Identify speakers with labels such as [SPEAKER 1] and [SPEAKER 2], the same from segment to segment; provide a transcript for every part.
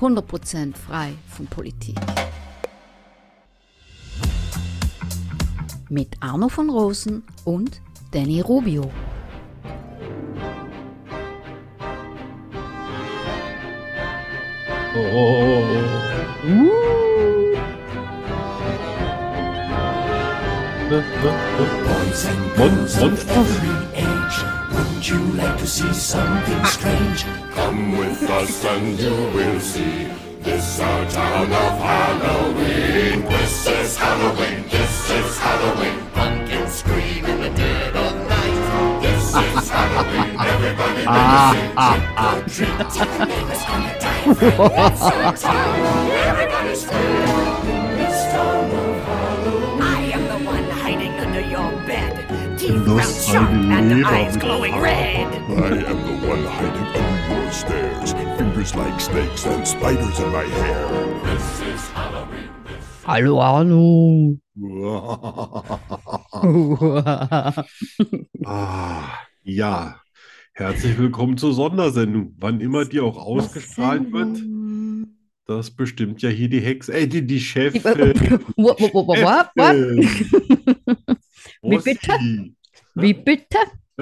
[SPEAKER 1] Hundert Prozent frei von Politik. Mit Arno von Rosen und Danny Rubio.
[SPEAKER 2] Oh, oh, oh, oh. Ne, ne,
[SPEAKER 3] Boys and
[SPEAKER 2] girls of
[SPEAKER 3] every age, would you like to see something strange? Come with us and you will see. This our town of Halloween. This is Halloween. This is Halloween. Pumpkins scream in the dead of night. This is Halloween. Everybody make a scene. Trick or treat. Neighbors come to die. It's our town. Everybody's free. This town of
[SPEAKER 4] I am the one hiding under your bed. Teeth
[SPEAKER 2] Those
[SPEAKER 4] ground sharp
[SPEAKER 2] are the
[SPEAKER 4] and
[SPEAKER 2] little
[SPEAKER 4] eyes
[SPEAKER 2] people.
[SPEAKER 4] glowing red.
[SPEAKER 3] I am the one hiding under your stairs. Fingers like snakes and spiders in my hair. This is Halloween.
[SPEAKER 5] Hallo Arno.
[SPEAKER 2] Ah, ja. Herzlich willkommen zur Sondersendung. Wann immer die auch ausgestrahlt wird, das bestimmt ja hier die Hex, äh, die, die Chefin.
[SPEAKER 5] What, what, what, what, what? Wie
[SPEAKER 2] bitte?
[SPEAKER 5] Wie bitte?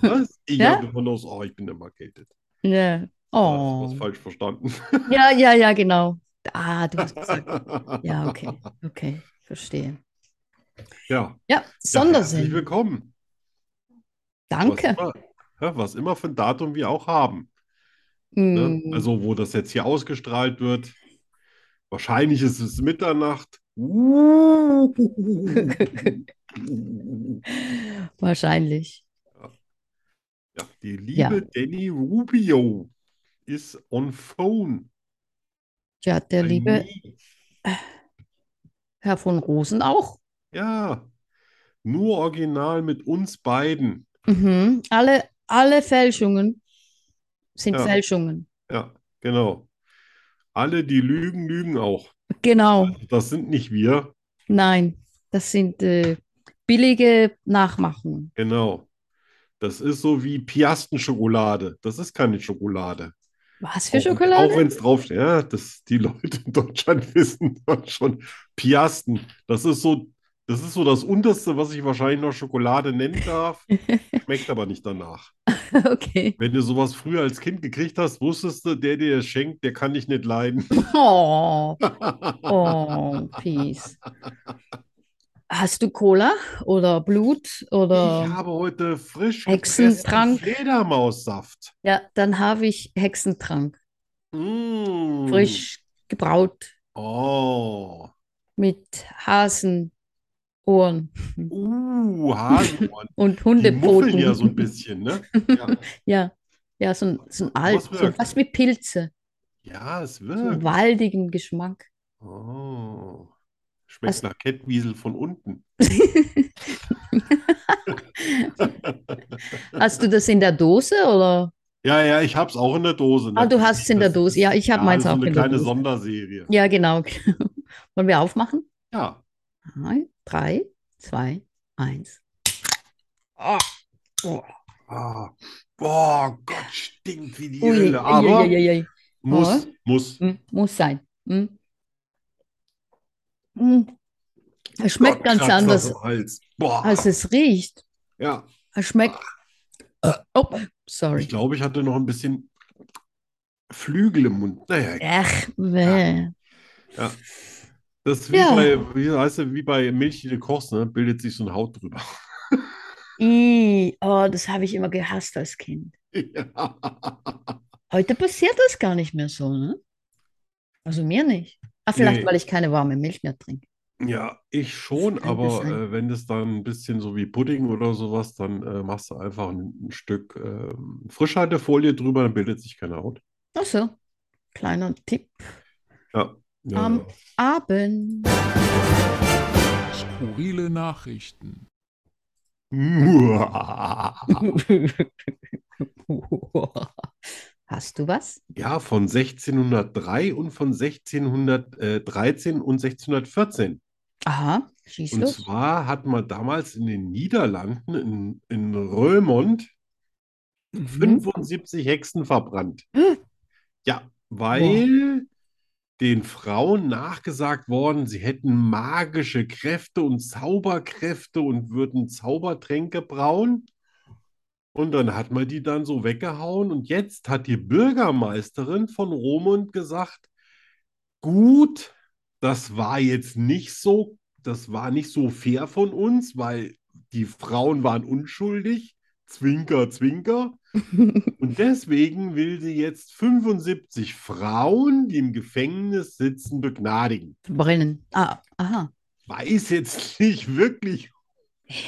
[SPEAKER 2] Was? Ich
[SPEAKER 5] Ja?
[SPEAKER 2] habe davon aus, oh, ich bin immer erkältet.
[SPEAKER 5] Ja.
[SPEAKER 2] Das
[SPEAKER 5] Oh.
[SPEAKER 2] ist falsch verstanden.
[SPEAKER 5] Ja, ja, ja, genau. Ah, du hast gesagt. Ja, okay. Okay, verstehe.
[SPEAKER 2] Ja,
[SPEAKER 5] Ja,
[SPEAKER 2] Herzlich
[SPEAKER 5] Sondersinn.
[SPEAKER 2] willkommen.
[SPEAKER 5] Danke.
[SPEAKER 2] Was immer, ja, was immer für ein Datum wir auch haben. Ne?
[SPEAKER 5] Mm.
[SPEAKER 2] Also, wo das jetzt hier ausgestrahlt wird. Wahrscheinlich ist es Mitternacht. Ja,
[SPEAKER 5] Wahrscheinlich.
[SPEAKER 2] die liebe
[SPEAKER 5] Ja.
[SPEAKER 2] Danny Rubio ist on phone.
[SPEAKER 5] Ja, der
[SPEAKER 2] Ein
[SPEAKER 5] liebe
[SPEAKER 2] Nie-
[SPEAKER 5] Herr von Rosen auch.
[SPEAKER 2] Ja, nur original mit uns beiden.
[SPEAKER 5] Mhm. Alle, alle Fälschungen sind
[SPEAKER 2] Ja.
[SPEAKER 5] Fälschungen.
[SPEAKER 2] Ja, genau. Alle, die lügen, lügen auch.
[SPEAKER 5] Genau.
[SPEAKER 2] Das sind nicht wir.
[SPEAKER 5] Nein, das sind äh, billige Nachmachungen.
[SPEAKER 2] Genau. Das ist so wie Piastenschokolade. Das ist keine Schokolade.
[SPEAKER 5] Was für
[SPEAKER 2] Auch-
[SPEAKER 5] Schokolade?
[SPEAKER 2] Auch wenn es draufsteht, ja, das, die Leute in Deutschland wissen das schon. Piasten, das ist so, das ist so das Unterste, was ich wahrscheinlich noch Schokolade nennen darf. Schmeckt aber nicht danach.
[SPEAKER 5] okay.
[SPEAKER 2] Wenn du sowas früher als Kind gekriegt hast, wusstest du, der, der es schenkt, der kann dich nicht leiden.
[SPEAKER 5] Oh, oh, Peace. Hast du Cola oder Blut
[SPEAKER 2] Ich
[SPEAKER 5] oder?
[SPEAKER 2] habe heute frisch gepressten
[SPEAKER 5] Hexentrank.
[SPEAKER 2] Fledermaussaft.
[SPEAKER 5] Ja, dann habe ich Hexentrank.
[SPEAKER 2] Mm.
[SPEAKER 5] Frisch gebraut
[SPEAKER 2] Oh.
[SPEAKER 5] mit Hasenohren
[SPEAKER 2] Uh, Hasenohren.
[SPEAKER 5] und
[SPEAKER 2] Die muffeln
[SPEAKER 5] Hm. Hundepoten.
[SPEAKER 2] ja so ein bisschen, ne? Ja,
[SPEAKER 5] Ja, ja, so ein, so ein Alt,
[SPEAKER 2] Was Ah.
[SPEAKER 5] so
[SPEAKER 2] wirkt?
[SPEAKER 5] fast wie Pilze,
[SPEAKER 2] ja es
[SPEAKER 5] so einen
[SPEAKER 2] wirkt.
[SPEAKER 5] waldigen Geschmack.
[SPEAKER 2] Oh. Schmeckt
[SPEAKER 5] Was-
[SPEAKER 2] nach Kettwiesel von unten.
[SPEAKER 5] Hast du das in der Dose oder?
[SPEAKER 2] Ja, ja, ich hab's auch in der Dose.
[SPEAKER 5] Ah, du hast es in der
[SPEAKER 2] Das ist-
[SPEAKER 5] Dose. Ja, ich habe
[SPEAKER 2] ja,
[SPEAKER 5] meins
[SPEAKER 2] das ist
[SPEAKER 5] auch
[SPEAKER 2] so eine
[SPEAKER 5] in der
[SPEAKER 2] kleine
[SPEAKER 5] Dose.
[SPEAKER 2] Sonderserie.
[SPEAKER 5] Ja, genau. Wollen wir aufmachen?
[SPEAKER 2] Ja.
[SPEAKER 5] Drei, Drei, zwei, eins. Ah, oh.
[SPEAKER 2] Ah. Boah, Gott, stinkt wie die
[SPEAKER 5] Ui,
[SPEAKER 2] Hölle.
[SPEAKER 5] ui,
[SPEAKER 2] Aber
[SPEAKER 5] ui, ui, ui.
[SPEAKER 2] muss, muss.
[SPEAKER 5] Hm, muss sein. Hm. Hm. Es schmeckt
[SPEAKER 2] Gott, also, ah.
[SPEAKER 5] ganz
[SPEAKER 2] kratzt das
[SPEAKER 5] anders,
[SPEAKER 2] im Hals. Boah.
[SPEAKER 5] als es riecht.
[SPEAKER 2] ja.
[SPEAKER 5] Es schmeckt.
[SPEAKER 2] Äh.
[SPEAKER 5] Oh, sorry.
[SPEAKER 2] Ich glaube, ich hatte noch ein bisschen Flügel im Mund. Naja,
[SPEAKER 5] Ach, weh.
[SPEAKER 2] das ist wie
[SPEAKER 5] Ja.
[SPEAKER 2] bei, wie heißt das, wie bei Milch, die du kochst, ne? Bildet sich so eine Haut drüber.
[SPEAKER 5] Ih, oh, das habe ich immer gehasst als Kind.
[SPEAKER 2] Ja.
[SPEAKER 5] Heute passiert das gar nicht mehr so, ne? Also mir nicht. Ah, vielleicht,
[SPEAKER 2] Nee.
[SPEAKER 5] weil ich keine warme Milch mehr trinke.
[SPEAKER 2] Ja, ich schon,
[SPEAKER 5] kann
[SPEAKER 2] aber
[SPEAKER 5] sein.
[SPEAKER 2] äh, wenn es dann ein bisschen so wie Pudding oder sowas, dann äh, machst du einfach ein, ein Stück ähm, Frischhaltefolie drüber, dann bildet sich keine Haut.
[SPEAKER 5] Ach so, kleiner Tipp
[SPEAKER 2] Ja,
[SPEAKER 5] am Abend.
[SPEAKER 6] Skurrile Nachrichten.
[SPEAKER 2] ja.
[SPEAKER 5] Hast du was?
[SPEAKER 2] Ja, von 1603 und von 1613 und 1614.
[SPEAKER 5] Aha, schieß
[SPEAKER 2] Und
[SPEAKER 5] los.
[SPEAKER 2] zwar hat man damals in den Niederlanden in, in Römond
[SPEAKER 5] Mhm.
[SPEAKER 2] 75 Hexen verbrannt.
[SPEAKER 5] Hm.
[SPEAKER 2] Ja, weil den Frauen nachgesagt worden, sie hätten magische Kräfte und Zauberkräfte und würden Zaubertränke brauen. Und dann hat man die dann so weggehauen. Und jetzt hat die Bürgermeisterin von Romund gesagt, gut, das war jetzt nicht so, das war nicht so fair von uns, weil die Frauen waren unschuldig. Zwinker, zwinker. Und deswegen will sie jetzt 75 Frauen, die im Gefängnis sitzen, begnadigen.
[SPEAKER 5] Brennen. Ah, aha.
[SPEAKER 2] Weiß jetzt nicht wirklich,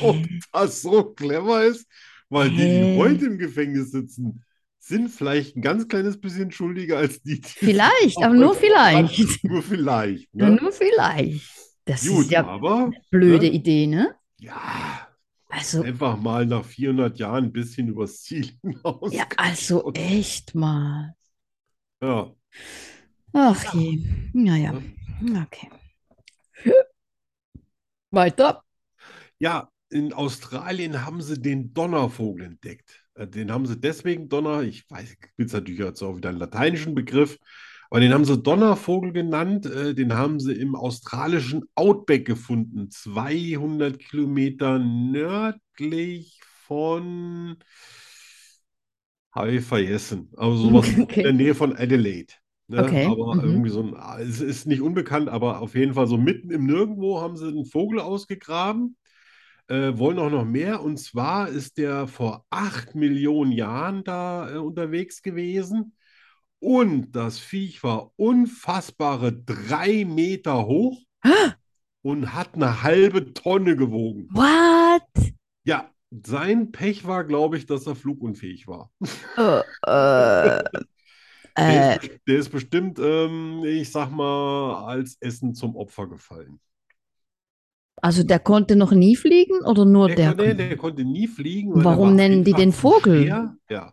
[SPEAKER 2] ob das so clever ist, weil die, die
[SPEAKER 5] Hä?
[SPEAKER 2] heute im Gefängnis sitzen, sind vielleicht ein ganz kleines bisschen schuldiger als die, die
[SPEAKER 5] Vielleicht, aber nur vielleicht.
[SPEAKER 2] Nur vielleicht. Ne?
[SPEAKER 5] Nur vielleicht. Das ist
[SPEAKER 2] Gut,
[SPEAKER 5] ja
[SPEAKER 2] aber
[SPEAKER 5] blöde
[SPEAKER 2] ne?
[SPEAKER 5] Idee, ne?
[SPEAKER 2] ja,
[SPEAKER 5] Also,
[SPEAKER 2] einfach mal nach 400 Jahren ein bisschen übers Ziel hinaus.
[SPEAKER 5] ja, also echt mal.
[SPEAKER 2] Ja.
[SPEAKER 5] Ach je. Naja, okay. Weiter.
[SPEAKER 2] Ja, in Australien haben sie den Donnervogel entdeckt. Äh, Den haben sie deswegen Donner, ich weiß, gibt's natürlich jetzt auch wieder einen lateinischen Begriff, aber den haben sie Donnervogel genannt. äh, Den haben sie im australischen Outback gefunden, 200 Kilometer nördlich von, habe ich vergessen, aber sowas in
[SPEAKER 5] Okay.
[SPEAKER 2] der Nähe von Adelaide. Ne?
[SPEAKER 5] Okay,
[SPEAKER 2] Aber
[SPEAKER 5] mhm.
[SPEAKER 2] irgendwie so ein, es ist nicht unbekannt, aber auf jeden Fall so mitten im Nirgendwo haben sie einen Vogel ausgegraben äh, wollen auch noch mehr. Und zwar ist der vor acht Millionen Jahren da äh, unterwegs gewesen. Und das Viech war unfassbare drei Meter hoch und hat eine halbe Tonne gewogen.
[SPEAKER 5] What?
[SPEAKER 2] Ja, sein Pech war, glaube ich, dass er flugunfähig war.
[SPEAKER 5] Äh, äh,
[SPEAKER 2] Der
[SPEAKER 5] äh,
[SPEAKER 2] ist, best- der ist bestimmt, ähm, ich sag mal, als Essen zum Opfer gefallen.
[SPEAKER 5] also der konnte noch nie fliegen oder nur
[SPEAKER 2] Der,
[SPEAKER 5] Oh, der?
[SPEAKER 2] konnte,
[SPEAKER 5] konnte-
[SPEAKER 2] der konnte nie fliegen. weil der
[SPEAKER 5] Warum
[SPEAKER 2] war
[SPEAKER 5] nennen die
[SPEAKER 2] einfach
[SPEAKER 5] den
[SPEAKER 2] zu
[SPEAKER 5] Vogel?
[SPEAKER 2] Schwer. Ja,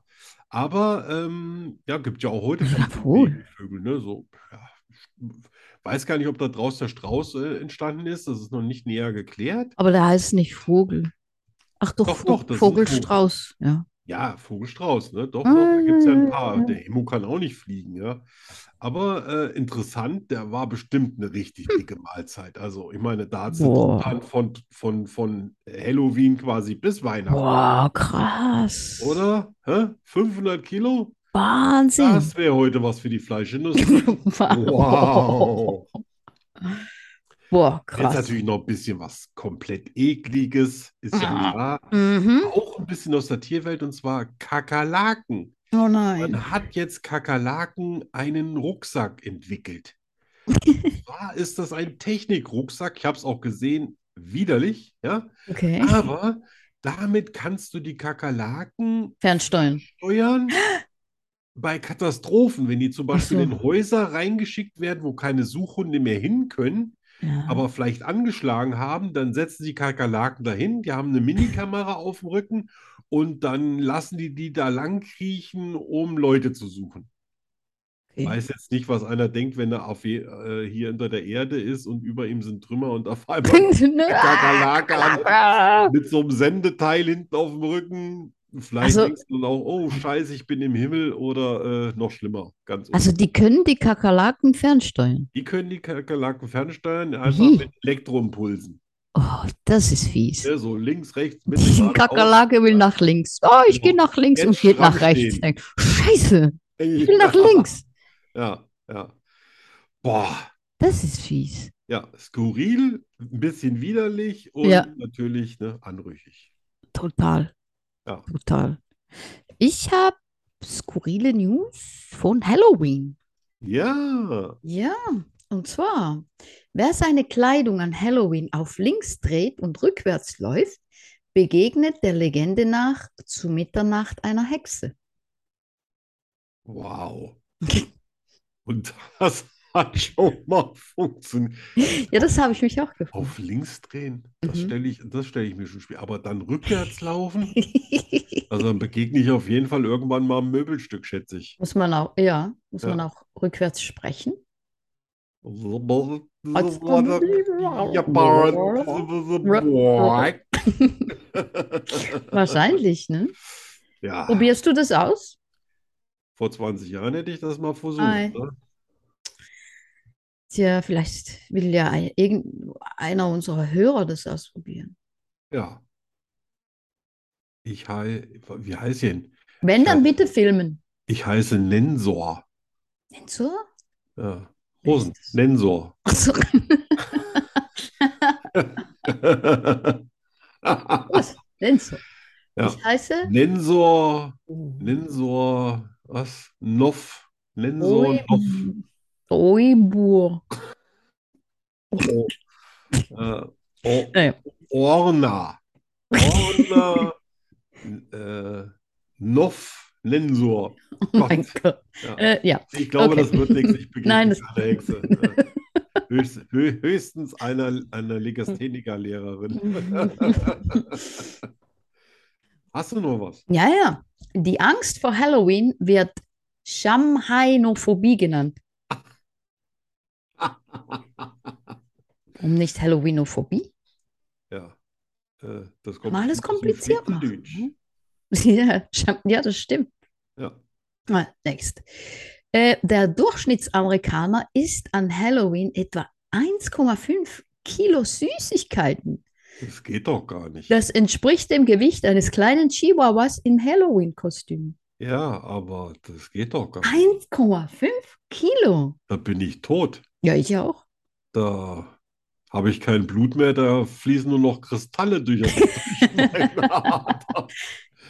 [SPEAKER 2] aber ähm, ja, gibt ja auch heute
[SPEAKER 5] Ja,
[SPEAKER 2] ganz
[SPEAKER 5] wohl.
[SPEAKER 2] wenige Vögel, ne? So, ja, weiß gar nicht, ob da draus der Strauß äh, entstanden ist. Das ist noch nicht näher geklärt.
[SPEAKER 5] Aber der heißt nicht Vogel. Ach doch,
[SPEAKER 2] Doch,
[SPEAKER 5] Vo-
[SPEAKER 2] doch, das ist ein
[SPEAKER 5] Vogelstrauß. Ja.
[SPEAKER 2] Ja, Vogelstrauß, ne? Doch, doch, da gibt es ja ein paar. Der Emu kann auch nicht fliegen, ja. Aber äh, interessant, der war bestimmt eine richtig dicke Mahlzeit. Also, ich meine, da hat
[SPEAKER 5] Boah.
[SPEAKER 2] es von, von, von Halloween quasi bis Weihnachten.
[SPEAKER 5] Boah, krass.
[SPEAKER 2] Oder? Hä? 500 Kilo?
[SPEAKER 5] Wahnsinn.
[SPEAKER 2] Das wäre heute was für die Fleischindustrie. Wow.
[SPEAKER 5] Boah,
[SPEAKER 2] Jetzt
[SPEAKER 5] krass.
[SPEAKER 2] natürlich noch ein bisschen was komplett Ekliges. Ist ja klar.
[SPEAKER 5] Mhm.
[SPEAKER 2] Auch ein bisschen aus der Tierwelt und zwar Kakerlaken.
[SPEAKER 5] Oh nein.
[SPEAKER 2] Man hat jetzt Kakerlaken einen Rucksack entwickelt. Und zwar ist das ein Technikrucksack. Ich habe es auch gesehen. Widerlich, ja.
[SPEAKER 5] Okay.
[SPEAKER 2] Aber damit kannst du die Kakerlaken
[SPEAKER 5] Fernsteuern.
[SPEAKER 2] Steuern bei Katastrophen, wenn die zum Beispiel
[SPEAKER 5] so.
[SPEAKER 2] in Häuser reingeschickt werden, wo keine Suchhunde mehr hin können,
[SPEAKER 5] Ja.
[SPEAKER 2] aber vielleicht angeschlagen haben, dann setzen die Kakerlaken dahin, die haben eine Minikamera auf dem Rücken und dann lassen die die da lang kriechen, um Leute zu suchen.
[SPEAKER 5] Okay.
[SPEAKER 2] Weiß jetzt nicht, was einer denkt, wenn er auf je, äh, hier unter der Erde ist und über ihm sind Trümmer und auf einmal Kakerlake an mit so einem Sendeteil hinten auf dem Rücken. Vielleicht
[SPEAKER 5] Also-
[SPEAKER 2] denkst du dann auch, oh Scheiße, ich bin im Himmel oder äh, noch schlimmer. Ganz unten.
[SPEAKER 5] Also die können die Kakerlaken fernsteuern.
[SPEAKER 2] Die können die Kakerlaken fernsteuern, einfach
[SPEAKER 5] Wie?
[SPEAKER 2] mit Elektroimpulsen.
[SPEAKER 5] Oh, das ist fies.
[SPEAKER 2] Ja, so links, rechts, mittel,
[SPEAKER 5] Die
[SPEAKER 2] geradeaus.
[SPEAKER 5] Kakerlake will nach links. Oh, ich
[SPEAKER 2] Genau.
[SPEAKER 5] gehe nach links
[SPEAKER 2] Jetzt
[SPEAKER 5] und geht nach
[SPEAKER 2] stramm
[SPEAKER 5] rechts.
[SPEAKER 2] stehen.
[SPEAKER 5] Scheiße, ich will nach links.
[SPEAKER 2] Ja, ja. Boah,
[SPEAKER 5] Das ist fies.
[SPEAKER 2] ja, skurril, ein bisschen widerlich und
[SPEAKER 5] Ja.
[SPEAKER 2] natürlich ne, anrüchig.
[SPEAKER 5] Total.
[SPEAKER 2] Ja.
[SPEAKER 5] Total. Ich habe skurrile News von Halloween.
[SPEAKER 2] Ja,
[SPEAKER 5] Ja, Und zwar, wer seine Kleidung an Halloween auf links dreht und rückwärts läuft, begegnet der Legende nach zu Mitternacht einer Hexe.
[SPEAKER 2] Wow. Und das hat schon mal funktioniert.
[SPEAKER 5] Ja, das habe ich mich auch gefragt.
[SPEAKER 2] Auf links drehen, das
[SPEAKER 5] Mhm.
[SPEAKER 2] stelle ich, das stelle ich mir schon schwer. Aber dann rückwärts laufen, also dann begegne ich auf jeden Fall irgendwann mal ein Möbelstück, schätze ich.
[SPEAKER 5] Muss man auch, ja, muss
[SPEAKER 2] Ja.
[SPEAKER 5] man auch rückwärts sprechen?
[SPEAKER 2] Äh,
[SPEAKER 5] Wahrscheinlich, ne?
[SPEAKER 2] Ja,
[SPEAKER 5] Probierst du das aus?
[SPEAKER 2] vor 20 Jahren hätte ich das mal versucht.
[SPEAKER 5] Nein.
[SPEAKER 2] Ne?
[SPEAKER 5] Tja, vielleicht will ja ein- irgendeiner unserer Hörer das ausprobieren.
[SPEAKER 2] Ja. Ich heiße, wie heiße ich denn?
[SPEAKER 5] Wenn, dann
[SPEAKER 2] Ja.
[SPEAKER 5] bitte filmen.
[SPEAKER 2] Ich heiße Nensor.
[SPEAKER 5] So?
[SPEAKER 2] Ja.
[SPEAKER 5] Wer
[SPEAKER 2] Rosen,
[SPEAKER 5] ist das?
[SPEAKER 2] Nensor.
[SPEAKER 5] Also, was? Denn so.
[SPEAKER 2] Ja.
[SPEAKER 5] Ich heiße
[SPEAKER 2] Nensor,
[SPEAKER 5] Oh.
[SPEAKER 2] Nensor, was? Noff, Nensor, Noff.
[SPEAKER 5] Oibur.
[SPEAKER 2] Oh. Äh, oh,
[SPEAKER 5] Naja.
[SPEAKER 2] Orna. Orna. äh, Noff, Nensor.
[SPEAKER 5] Oh mein Gott.
[SPEAKER 2] Ja.
[SPEAKER 5] Äh, ja,
[SPEAKER 2] Ich glaube,
[SPEAKER 5] Okay.
[SPEAKER 2] das wird nichts. Ich begegne
[SPEAKER 5] Nein, das-
[SPEAKER 2] keiner Hexe. Ja. Höchst, hö, höchstens einer, einer Hm, Legastheniker-Lehrerin. Hast du noch was?
[SPEAKER 5] ja, ja. Die Angst vor Halloween wird Schamhainophobie genannt. Warum Um nicht Halloweenophobie?
[SPEAKER 2] Ja. Äh, das kommt
[SPEAKER 5] Mal alles
[SPEAKER 2] aus dem
[SPEAKER 5] kompliziert
[SPEAKER 2] Schweizerdeutsch.
[SPEAKER 5] machen. ne? Ja, Scham- ja, das stimmt.
[SPEAKER 2] Ja.
[SPEAKER 5] Ah, Next. Äh, der Durchschnittsamerikaner isst an Halloween etwa 1,5 Kilo Süßigkeiten.
[SPEAKER 2] Das geht doch gar nicht.
[SPEAKER 5] Das entspricht dem Gewicht eines kleinen Chihuahuas im Halloween-Kostüm.
[SPEAKER 2] Ja, aber das geht doch gar nicht.
[SPEAKER 5] 1,5 Kilo.
[SPEAKER 2] Da bin ich tot.
[SPEAKER 5] Ja, ich auch.
[SPEAKER 2] Da habe ich kein Blut mehr, da fließen nur noch Kristalle durch durch meine Adern.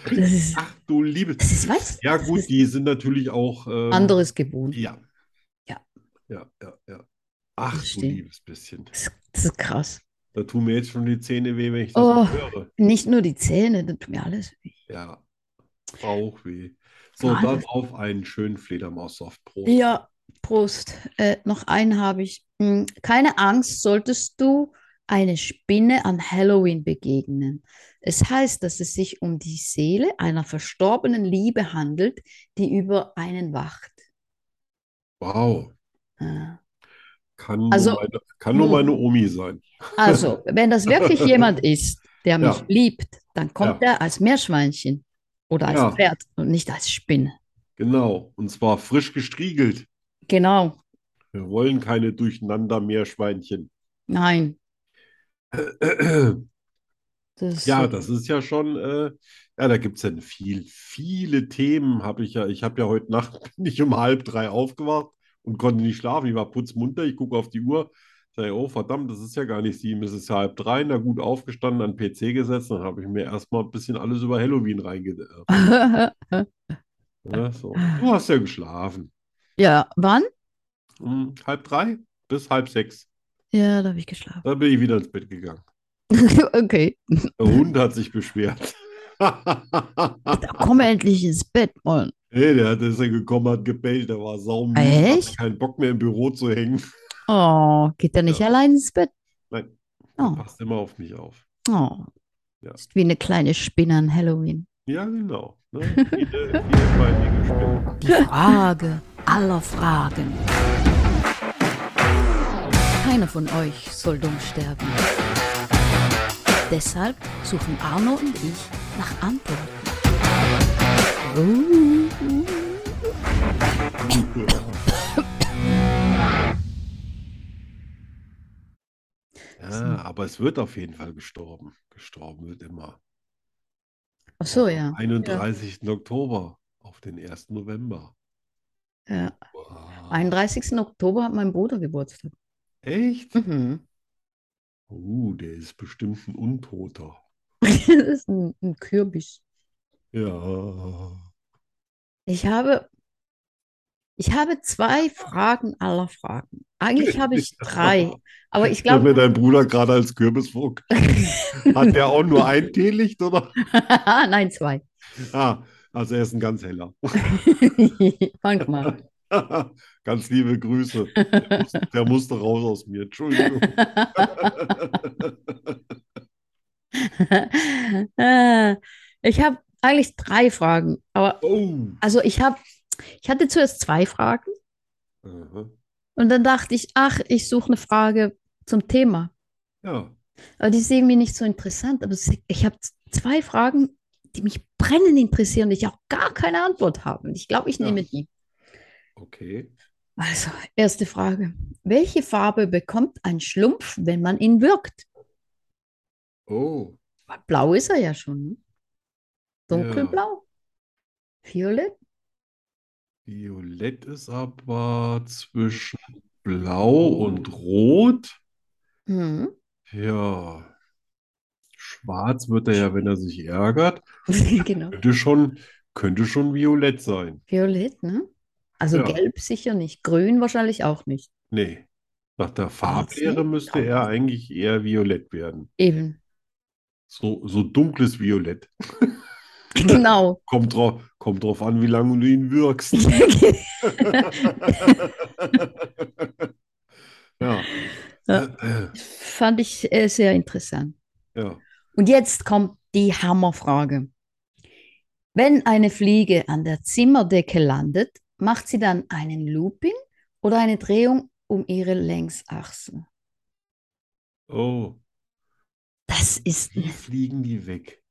[SPEAKER 5] Das ist,
[SPEAKER 2] Ach du liebe.
[SPEAKER 5] das ist was
[SPEAKER 2] Ja, gut, die sind natürlich auch. ähm,
[SPEAKER 5] anderes gewohnt.
[SPEAKER 2] Ja.
[SPEAKER 5] Ja.
[SPEAKER 2] Ja, ja, ja. Ach du
[SPEAKER 5] Verstehe.
[SPEAKER 2] liebes bisschen.
[SPEAKER 5] Das, das ist krass.
[SPEAKER 2] Da tun mir jetzt schon die Zähne weh, wenn ich das
[SPEAKER 5] Oh.
[SPEAKER 2] höre.
[SPEAKER 5] Nicht nur die Zähne, das tut mir alles weh.
[SPEAKER 2] Ja. Bauchweh. So,
[SPEAKER 5] Alles.
[SPEAKER 2] dann auf einen schönen Fledermaussaft. Prost.
[SPEAKER 5] Ja, Prost. Äh, noch einen habe ich. Hm, Keine Angst, solltest du eine Spinne an Halloween begegnen. Es heißt, dass es sich um die Seele einer verstorbenen Liebe handelt, die über einen wacht.
[SPEAKER 2] Wow.
[SPEAKER 5] Ah.
[SPEAKER 2] Kann nur
[SPEAKER 5] Also-
[SPEAKER 2] meine, kann nur
[SPEAKER 5] Hm.
[SPEAKER 2] meine Omi sein.
[SPEAKER 5] Also, wenn das wirklich jemand ist, der mich
[SPEAKER 2] Ja.
[SPEAKER 5] liebt, dann kommt er als Meerschweinchen oder als
[SPEAKER 2] Ja.
[SPEAKER 5] Pferd und nicht als Spinne.
[SPEAKER 2] Genau. Und zwar frisch gestriegelt.
[SPEAKER 5] Genau.
[SPEAKER 2] Wir wollen keine Durcheinander-Meerschweinchen.
[SPEAKER 5] Nein. Das,
[SPEAKER 2] Ja, das ist ja schon, äh, ja, da gibt es ja viel, viele Themen habe ich ja. Ich habe ja heute Nacht, bin ich um halb drei aufgewacht und konnte nicht schlafen. Ich war putzmunter, ich gucke auf die Uhr, sage, oh verdammt, das ist ja gar nicht sieben, es ist ja halb drei. Na gut, aufgestanden, an den PC gesetzt, dann habe ich mir erstmal ein bisschen alles über Halloween reinge... Ne, so. Du hast ja geschlafen.
[SPEAKER 5] ja, wann?
[SPEAKER 2] Hm, halb drei bis halb sechs.
[SPEAKER 5] Ja, da habe ich geschlafen.
[SPEAKER 2] Dann bin ich wieder ins Bett gegangen.
[SPEAKER 5] Okay,
[SPEAKER 2] Der Hund hat sich beschwert.
[SPEAKER 5] da komm endlich ins Bett, Mann.
[SPEAKER 2] Hey, der hat ist ja gekommen, hat gebellt, der war saumüde,
[SPEAKER 5] Echt?
[SPEAKER 2] hat keinen Bock mehr im Büro zu hängen.
[SPEAKER 5] Oh, geht er nicht
[SPEAKER 2] Ja.
[SPEAKER 5] allein ins Bett?
[SPEAKER 2] Nein. Der
[SPEAKER 5] Oh,
[SPEAKER 2] passt immer auf mich auf.
[SPEAKER 5] oh.
[SPEAKER 2] Ja.
[SPEAKER 5] Ist wie eine kleine Spinne an Halloween.
[SPEAKER 2] Ja, genau. Ne? Viele, vielbeinige Spinnen.
[SPEAKER 1] Die Frage aller Fragen. Keiner von euch soll dumm sterben. Deshalb suchen Arno und ich nach Antworten.
[SPEAKER 2] Ja, aber es wird auf jeden Fall gestorben. Gestorben wird immer.
[SPEAKER 5] Ach so, ja.
[SPEAKER 2] 31. Oktober auf den 1. November.
[SPEAKER 5] ja.
[SPEAKER 2] Wow.
[SPEAKER 5] 31. Oktober hat mein Bruder Geburtstag.
[SPEAKER 2] Echt?
[SPEAKER 5] Mhm.
[SPEAKER 2] Uh, der ist bestimmt ein Untoter.
[SPEAKER 5] Das ist ein, ein Kürbis.
[SPEAKER 2] Ja.
[SPEAKER 5] Ich habe Ich habe zwei Fragen aller Fragen. Eigentlich habe ich drei, aber ich glaube,
[SPEAKER 2] mir dein Bruder gerade als Kürbisvogt. Hat der auch nur ein Teelicht, oder?
[SPEAKER 5] nein, zwei.
[SPEAKER 2] Ah, also er ist ein ganz heller.
[SPEAKER 5] Fang mal.
[SPEAKER 2] ganz liebe Grüße. Der musste, der musste raus aus mir. Entschuldigung.
[SPEAKER 5] Äh, ich habe eigentlich drei Fragen, aber
[SPEAKER 2] Oh.
[SPEAKER 5] also ich habe, ich hatte zuerst zwei Fragen
[SPEAKER 2] Aha.
[SPEAKER 5] und dann dachte ich, ach, ich suche eine Frage zum Thema.
[SPEAKER 2] Ja.
[SPEAKER 5] Aber die ist irgendwie nicht so interessant. Aber es- ich habe z- zwei Fragen, die mich brennend interessieren und ich auch gar keine Antwort habe. Und ich glaube, ich
[SPEAKER 2] Ja.
[SPEAKER 5] nehme die.
[SPEAKER 2] Okay.
[SPEAKER 5] Also, erste Frage. Welche Farbe bekommt ein Schlumpf, wenn man ihn wirkt?
[SPEAKER 2] Oh.
[SPEAKER 5] Blau ist er ja schon. ne? Dunkelblau? Violett?
[SPEAKER 2] Violett ist aber zwischen Blau und Rot.
[SPEAKER 5] Hm.
[SPEAKER 2] Ja. Schwarz wird er ja, wenn er sich ärgert.
[SPEAKER 5] Genau.
[SPEAKER 2] Könnte schon, könnte schon violett sein.
[SPEAKER 5] Violett, ne? Also
[SPEAKER 2] Ja.
[SPEAKER 5] gelb sicher nicht. Grün wahrscheinlich auch nicht.
[SPEAKER 2] Nee. Nach der Farblehre
[SPEAKER 5] nicht?
[SPEAKER 2] müsste er eigentlich eher violett werden.
[SPEAKER 5] Eben.
[SPEAKER 2] So, so dunkles Violett.
[SPEAKER 5] Genau.
[SPEAKER 2] Kommt drauf, kommt drauf an, wie lange du ihn wirkst. Ja. Ja.
[SPEAKER 5] Fand ich äh, sehr interessant.
[SPEAKER 2] Ja.
[SPEAKER 5] Und jetzt kommt die Hammerfrage. Wenn eine Fliege an der Zimmerdecke landet, macht sie dann einen Looping oder eine Drehung um ihre Längsachse?
[SPEAKER 2] Oh,
[SPEAKER 5] Das ist
[SPEAKER 2] wie fliegen die weg?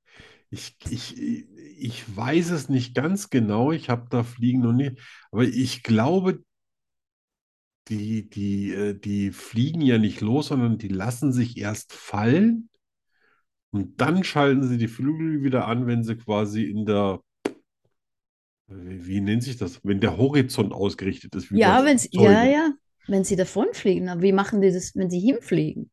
[SPEAKER 2] Ich, ich, ich weiß es nicht ganz genau. Ich habe da Fliegen noch nie. Aber ich glaube, die, die, äh, die fliegen ja nicht los, sondern die lassen sich erst fallen. Und dann schalten sie die Flügel wieder an, wenn sie quasi in der, wie, wie nennt sich das? Wenn der Horizont ausgerichtet ist, wie
[SPEAKER 5] ja,
[SPEAKER 2] bei
[SPEAKER 5] wenn sie, ja,
[SPEAKER 2] Flugzeugen.
[SPEAKER 5] ja, wenn sie davonfliegen. Aber wie machen die das, wenn sie hinfliegen?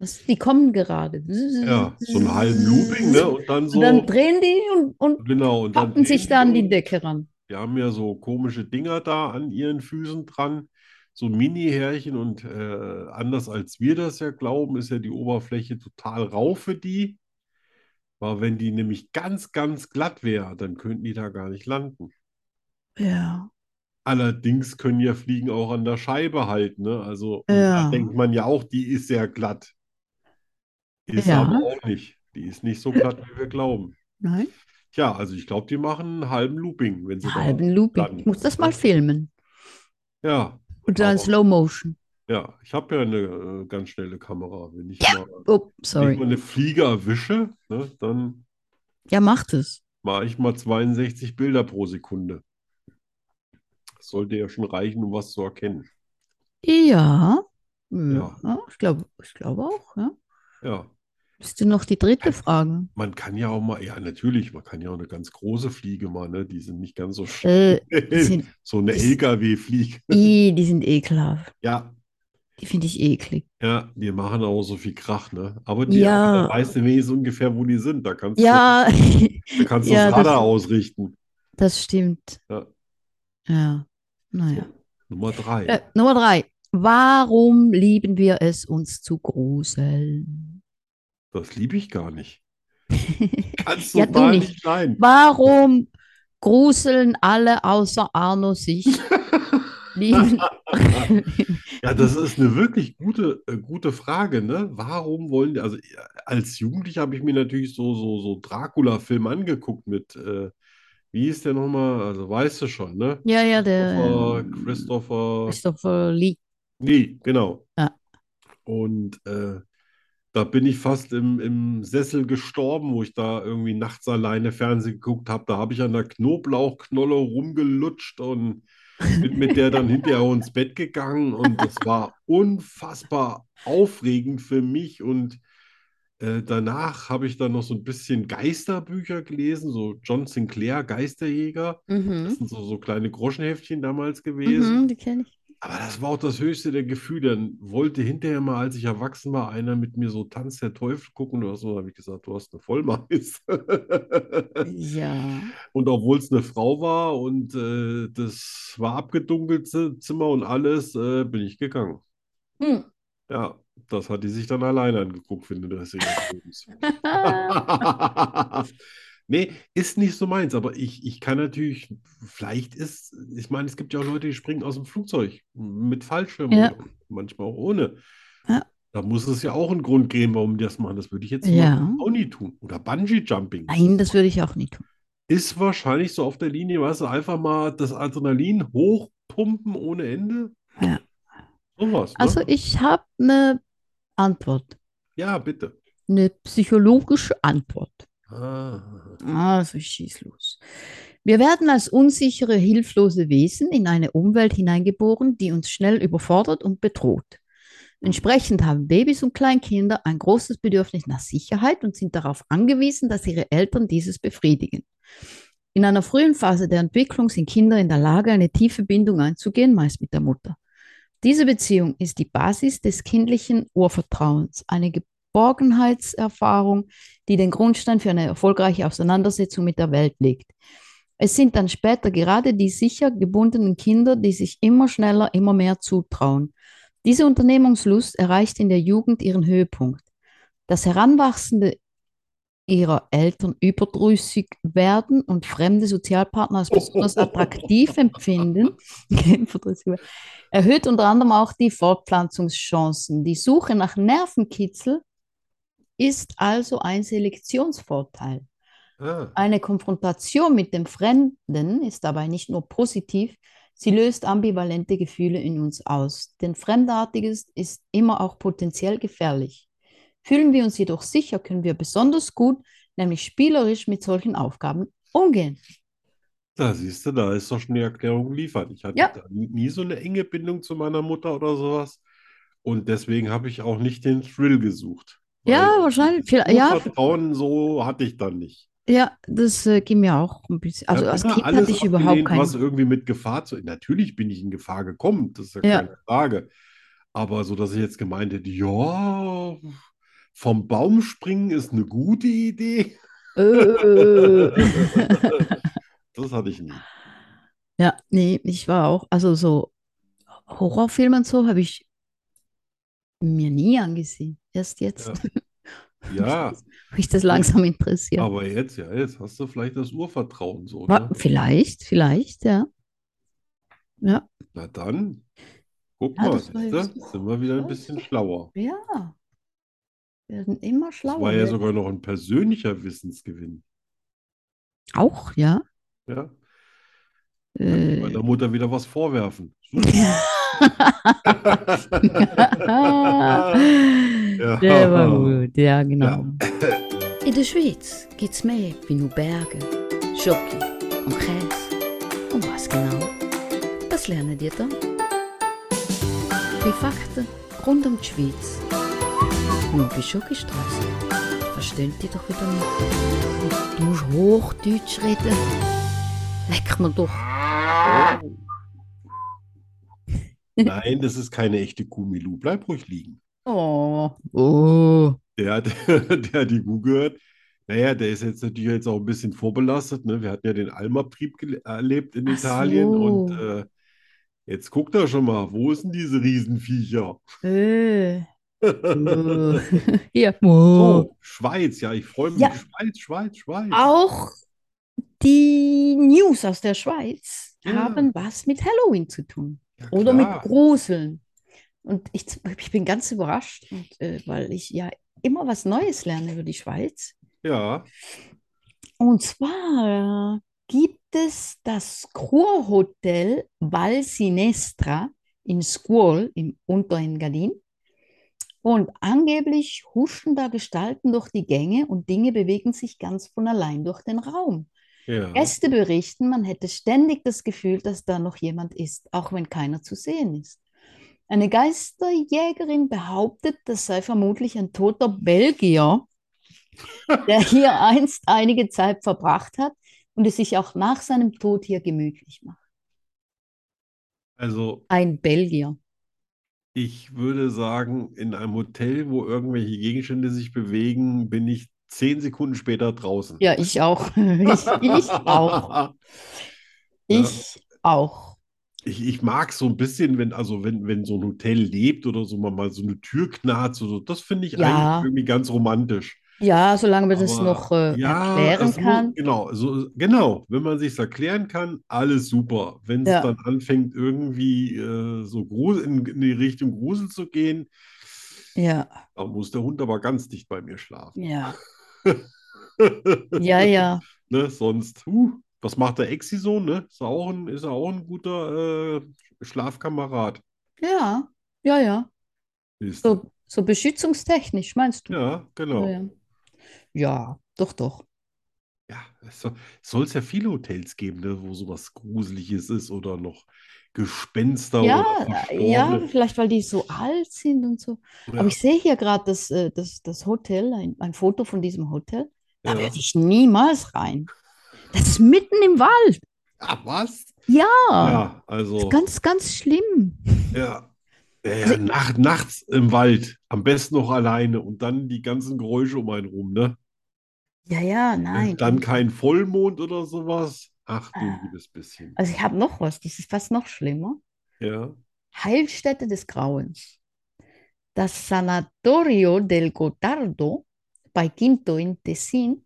[SPEAKER 5] Das, die kommen gerade.
[SPEAKER 2] Ja, so einen halben Looping, ne? Und dann so,
[SPEAKER 5] Und dann drehen die und, und
[SPEAKER 2] genau, und dann
[SPEAKER 5] pappen sich
[SPEAKER 2] drehen
[SPEAKER 5] da an
[SPEAKER 2] die
[SPEAKER 5] die
[SPEAKER 2] und-
[SPEAKER 5] Decke ran.
[SPEAKER 2] Die haben ja so komische Dinger da an ihren Füßen dran, so Mini-Härchen und äh, anders als wir das ja glauben, ist ja die Oberfläche total rau für die. Aber wenn die nämlich ganz, ganz glatt wäre, dann könnten die da gar nicht landen.
[SPEAKER 5] Ja.
[SPEAKER 2] Allerdings können ja Fliegen auch an der Scheibe halten, ne? Also und
[SPEAKER 5] Ja.
[SPEAKER 2] da denkt man ja auch, die ist sehr glatt. Ist
[SPEAKER 5] Ja.
[SPEAKER 2] aber auch nicht. Die ist nicht so glatt, wie wir glauben.
[SPEAKER 5] Nein?
[SPEAKER 2] Tja, also ich glaube, die machen einen halben Looping, wenn sie da
[SPEAKER 5] Halben Looping.
[SPEAKER 2] landen.
[SPEAKER 5] Ich muss das mal filmen.
[SPEAKER 2] Ja.
[SPEAKER 5] Und dann
[SPEAKER 2] Aber-
[SPEAKER 5] Slow Motion.
[SPEAKER 2] Ja, ich habe ja eine äh, ganz schnelle Kamera. Wenn ich mal, wenn
[SPEAKER 5] Oh,
[SPEAKER 2] ich mal
[SPEAKER 5] sorry.
[SPEAKER 2] eine Fliege erwische, ne, dann
[SPEAKER 5] Ja, macht es.
[SPEAKER 2] mache ich mal 62 Bilder pro Sekunde. Das sollte ja schon reichen, um was zu erkennen.
[SPEAKER 5] Ja. Hm,
[SPEAKER 2] Ja.
[SPEAKER 5] Ja, ich glaube, ich glaube auch. Ja.
[SPEAKER 2] Ja,
[SPEAKER 5] Ist denn noch die dritte Frage?
[SPEAKER 2] man kann ja auch mal, ja, natürlich, man kann ja auch eine ganz große Fliege mal, ne? Die sind nicht ganz so schnell.
[SPEAKER 5] Äh, die sind,
[SPEAKER 2] So eine
[SPEAKER 5] ist-
[SPEAKER 2] LKW-Fliege.
[SPEAKER 5] i, die sind ekelhaft.
[SPEAKER 2] Ja,
[SPEAKER 5] Die finde ich eklig.
[SPEAKER 2] ja, die machen auch so viel Krach, ne? Aber die,
[SPEAKER 5] Ja.
[SPEAKER 2] aber da weißt du wenigstens ungefähr, wo die sind. Da kannst du,
[SPEAKER 5] Ja,
[SPEAKER 2] da kannst du
[SPEAKER 5] ja,
[SPEAKER 2] das
[SPEAKER 5] das-
[SPEAKER 2] Radar ausrichten.
[SPEAKER 5] das stimmt.
[SPEAKER 2] Ja.
[SPEAKER 5] Ja. Naja.
[SPEAKER 2] Nummer drei.
[SPEAKER 5] Äh, Nummer drei. Warum lieben wir es, uns zu gruseln?
[SPEAKER 2] Das liebe ich gar nicht. Kannst
[SPEAKER 5] Ja, du
[SPEAKER 2] total
[SPEAKER 5] nicht.
[SPEAKER 2] rein.
[SPEAKER 5] Warum gruseln alle außer Arno sich? Lieben.
[SPEAKER 2] Ja, das ist eine wirklich gute, äh, gute Frage, ne? Warum wollen die, also äh, als Jugendlicher habe ich mir natürlich so, so, so Dracula-Film angeguckt mit, äh, wie ist der nochmal? Also weißt du schon, ne?
[SPEAKER 5] Ja, ja, der
[SPEAKER 2] Christopher,
[SPEAKER 5] ähm,
[SPEAKER 2] Christopher,
[SPEAKER 5] Christopher Lee.
[SPEAKER 2] nee, genau.
[SPEAKER 5] Ja.
[SPEAKER 2] Und äh, da bin ich fast im, im Sessel gestorben, wo ich da irgendwie nachts alleine Fernsehen geguckt habe. Da habe ich an der Knoblauchknolle rumgelutscht und bin mit der dann hinterher auch ins Bett gegangen. Und das war unfassbar aufregend für mich. Und äh, danach habe ich dann noch so ein bisschen Geisterbücher gelesen, so John Sinclair, Geisterjäger. Das
[SPEAKER 5] Mhm.
[SPEAKER 2] sind so, so kleine Groschenheftchen damals gewesen.
[SPEAKER 5] Mhm, die kenne ich.
[SPEAKER 2] Aber das war auch das höchste der Gefühle. Dann wollte hinterher mal, als ich erwachsen war, einer mit mir so Tanz der Teufel gucken oder so. Da habe ich gesagt, du hast eine Vollmacht.
[SPEAKER 5] Ja.
[SPEAKER 2] Und obwohl es eine Frau war und äh, das war abgedunkelt, Z- Zimmer und alles, äh, bin ich gegangen.
[SPEAKER 5] Hm.
[SPEAKER 2] Ja, das hat die sich dann alleine angeguckt für den Rest ihres Lebens. Nee, ist nicht so meins, aber ich, ich kann natürlich, vielleicht ist, ich meine, es gibt ja auch Leute, die springen aus dem Flugzeug mit Fallschirm,
[SPEAKER 5] Ja.
[SPEAKER 2] oder manchmal auch ohne.
[SPEAKER 5] Ja.
[SPEAKER 2] Da muss es ja auch einen Grund geben, warum die das machen. Das würde ich jetzt zum
[SPEAKER 5] Ja.
[SPEAKER 2] Beispiel auch nie tun. Oder Bungee-Jumping.
[SPEAKER 5] Nein, das würde ich auch nicht tun.
[SPEAKER 2] Ist wahrscheinlich so auf der Linie, weißt du, einfach mal das Adrenalin hochpumpen ohne Ende.
[SPEAKER 5] Ja.
[SPEAKER 2] Sowas, ne?
[SPEAKER 5] Also ich habe eine Antwort,
[SPEAKER 2] Ja, bitte.
[SPEAKER 5] eine psychologische Antwort.
[SPEAKER 2] Ah.
[SPEAKER 5] Also ich schieß los. Wir werden als unsichere, hilflose Wesen in eine Umwelt hineingeboren, die uns schnell überfordert und bedroht. Entsprechend haben Babys und Kleinkinder ein großes Bedürfnis nach Sicherheit und sind darauf angewiesen, dass ihre Eltern dieses befriedigen. In einer frühen Phase der Entwicklung sind Kinder in der Lage, eine tiefe Bindung einzugehen, meist mit der Mutter. Diese Beziehung ist die Basis des kindlichen Urvertrauens, eine Geborgenheitserfahrung, die den Grundstein für eine erfolgreiche Auseinandersetzung mit der Welt legt. Es sind dann später gerade die sicher gebundenen Kinder, die sich immer schneller, immer mehr zutrauen. Diese Unternehmungslust erreicht in der Jugend ihren Höhepunkt. Das Heranwachsende ihrer Eltern überdrüssig werden und fremde Sozialpartner als besonders attraktiv empfinden, überdrüssig werden, erhöht unter anderem auch die Fortpflanzungschancen. Die Suche nach Nervenkitzel ist also ein Selektionsvorteil.
[SPEAKER 2] Ah.
[SPEAKER 5] Eine Konfrontation mit dem Fremden ist dabei nicht nur positiv, sie löst ambivalente Gefühle in uns aus. Denn Fremdartiges ist immer auch potenziell gefährlich. Fühlen wir uns jedoch sicher, können wir besonders gut, nämlich spielerisch, mit solchen Aufgaben umgehen.
[SPEAKER 2] Da siehst du, da ist doch schon die Erklärung geliefert. Ich hatte
[SPEAKER 5] Ja.
[SPEAKER 2] da nie nie so eine enge Bindung zu meiner Mutter oder sowas. Und deswegen habe ich auch nicht den Thrill gesucht.
[SPEAKER 5] Ja,
[SPEAKER 2] Weil
[SPEAKER 5] wahrscheinlich.
[SPEAKER 2] das
[SPEAKER 5] Viel- ja.
[SPEAKER 2] Urvertrauen so hatte ich dann nicht.
[SPEAKER 5] Ja, das äh, ging mir auch ein bisschen. Also
[SPEAKER 2] Ich habe
[SPEAKER 5] als
[SPEAKER 2] immer
[SPEAKER 5] Kind
[SPEAKER 2] alles
[SPEAKER 5] hatte ich überhaupt
[SPEAKER 2] abgelehnt, was
[SPEAKER 5] keinen.
[SPEAKER 2] irgendwie mit Gefahr zu. Natürlich bin ich in Gefahr gekommen, das ist ja
[SPEAKER 5] Ja.
[SPEAKER 2] keine Frage. Aber so, dass ich jetzt gemeint hätte, ja, vom Baum springen ist eine gute Idee,
[SPEAKER 5] Äh.
[SPEAKER 2] das hatte ich nie.
[SPEAKER 5] Ja, nee, ich war auch, also so Horrorfilme und so habe ich mir nie angesehen. Erst jetzt habe
[SPEAKER 2] Ja. Ja.
[SPEAKER 5] ich das langsam interessiert.
[SPEAKER 2] Aber jetzt, ja, jetzt hast du vielleicht das Urvertrauen so,
[SPEAKER 5] Wa-
[SPEAKER 2] ne?
[SPEAKER 5] Vielleicht, vielleicht, ja.
[SPEAKER 2] Na dann, guck
[SPEAKER 5] Ja,
[SPEAKER 2] mal,
[SPEAKER 5] das war
[SPEAKER 2] siehste,
[SPEAKER 5] jetzt-
[SPEAKER 2] sind wir wieder ein bisschen schlauer.
[SPEAKER 5] Ja. Werden immer
[SPEAKER 2] Das
[SPEAKER 5] schlauer. ne?
[SPEAKER 2] war ja
[SPEAKER 5] wir-
[SPEAKER 2] sogar noch ein persönlicher Wissensgewinn.
[SPEAKER 5] Auch, ja.
[SPEAKER 2] Ja? Kann ich
[SPEAKER 5] Äh,
[SPEAKER 2] meiner Mutter wieder was vorwerfen. Super.
[SPEAKER 5] Der war gut, ja, genau.
[SPEAKER 1] In der Schweiz gibt's mehr wie nur Berge, Schoki und Käse. Und was genau? Das lernen ihr dann. Die Fakten rund um die Schweiz. Und bei Schokistraße verstehen die doch wieder nicht. Und du musst Hochdeutsch reden. Leck mir doch.
[SPEAKER 2] Nein, das ist keine echte Kuh, Milou. Bleib ruhig liegen.
[SPEAKER 5] Oh. Oh.
[SPEAKER 2] Der hat, der hat die Kuh gehört. Naja, der ist jetzt natürlich jetzt auch ein bisschen vorbelastet. Ne? Wir hatten ja den Almabtrieb gele- erlebt in
[SPEAKER 5] Ach
[SPEAKER 2] Italien und
[SPEAKER 5] so.
[SPEAKER 2] äh, jetzt guckt er schon mal, wo sind diese Riesenviecher?
[SPEAKER 5] Äh. Oh. Hier.
[SPEAKER 2] So, Oh, Schweiz, ja, ich freue mich.
[SPEAKER 5] Oh. Ja.
[SPEAKER 2] Schweiz, Schweiz, Schweiz.
[SPEAKER 5] Auch die News aus der Schweiz
[SPEAKER 2] Ja.
[SPEAKER 5] haben was mit Halloween zu tun
[SPEAKER 2] Ah. Ja,
[SPEAKER 5] oder mit
[SPEAKER 2] klar.
[SPEAKER 5] Gruseln. Und ich, ich bin ganz überrascht, und, äh, weil ich ja immer was Neues lerne über die Schweiz.
[SPEAKER 2] Ja,
[SPEAKER 5] Und zwar äh, gibt es das Kurhotel Val Sinestra in Scuol im Unterengadin. Und angeblich huschen da Gestalten durch die Gänge und Dinge bewegen sich ganz von allein durch den Raum.
[SPEAKER 2] ja.
[SPEAKER 5] Gäste berichten, man hätte ständig das Gefühl, dass da noch jemand ist, auch wenn keiner zu sehen ist. Eine Geisterjägerin behauptet, das sei vermutlich ein toter Belgier, der hier einst einige Zeit verbracht hat und es sich auch nach seinem Tod hier gemütlich macht.
[SPEAKER 2] Also,
[SPEAKER 5] Ein Belgier.
[SPEAKER 2] ich würde sagen, in einem Hotel, wo irgendwelche Gegenstände sich bewegen, bin ich zehn Sekunden später draußen.
[SPEAKER 5] Ja, ich auch. Ich, ich auch.
[SPEAKER 2] Ja.
[SPEAKER 5] Ich auch.
[SPEAKER 2] Ich, ich mag so ein bisschen, wenn, also wenn, wenn so ein Hotel lebt oder so, man mal so eine Tür knarzt oder so, das finde ich
[SPEAKER 5] Ja.
[SPEAKER 2] eigentlich irgendwie ganz romantisch.
[SPEAKER 5] Ja, solange man das
[SPEAKER 2] Aber
[SPEAKER 5] noch äh,
[SPEAKER 2] ja,
[SPEAKER 5] erklären
[SPEAKER 2] es muss-
[SPEAKER 5] kann.
[SPEAKER 2] genau, so, genau, wenn man sich's erklären kann, alles super. Wenn es
[SPEAKER 5] Ja.
[SPEAKER 2] dann anfängt, irgendwie äh, so Grusel, in, in die Richtung Grusel zu gehen,
[SPEAKER 5] Ja,
[SPEAKER 2] dann muss der Hund aber ganz dicht bei mir schlafen.
[SPEAKER 5] ja, ja, ja.
[SPEAKER 2] Ne, sonst, huh, was macht der Exi-Sohn, ne? Ist er auch ein, ist er auch ein guter äh, Schlafkamerad.
[SPEAKER 5] Ja, ja, ja.
[SPEAKER 2] Siehst du.
[SPEAKER 5] So, so beschützungstechnisch, meinst du? Oh
[SPEAKER 2] Ja, genau.
[SPEAKER 5] Ja, ja. Ja, doch, doch.
[SPEAKER 2] Ja, es soll es ja viele Hotels geben, ne, wo sowas Gruseliges ist oder noch Gespenster
[SPEAKER 5] Ja,
[SPEAKER 2] oder
[SPEAKER 5] äh, ja,
[SPEAKER 2] Verstorbene.
[SPEAKER 5] vielleicht weil die so alt sind und so.
[SPEAKER 2] Ja,
[SPEAKER 5] Aber ich sehe hier gerade das, äh, das, das Hotel, ein, ein Foto von diesem Hotel. Da
[SPEAKER 2] ja.
[SPEAKER 5] würde ich niemals rein. Das ist mitten im Wald.
[SPEAKER 2] Ah, was?
[SPEAKER 5] Ja,
[SPEAKER 2] Ja,
[SPEAKER 5] das
[SPEAKER 2] also,
[SPEAKER 5] Ah. ist ganz, Also ganz schlimm.
[SPEAKER 2] ja. Ja, ja, nach, nachts im Wald, am besten noch alleine und dann die ganzen Geräusche um einen rum, ne?
[SPEAKER 5] Ja, ja, nein.
[SPEAKER 2] Dann kein Vollmond oder sowas. Ach du
[SPEAKER 5] Ah.
[SPEAKER 2] liebes bisschen.
[SPEAKER 5] Also ich habe noch was, das ist fast noch schlimmer.
[SPEAKER 2] Ja.
[SPEAKER 5] Heilstätte des Grauens. Das Sanatorio del Gotardo bei Quinto in Tessin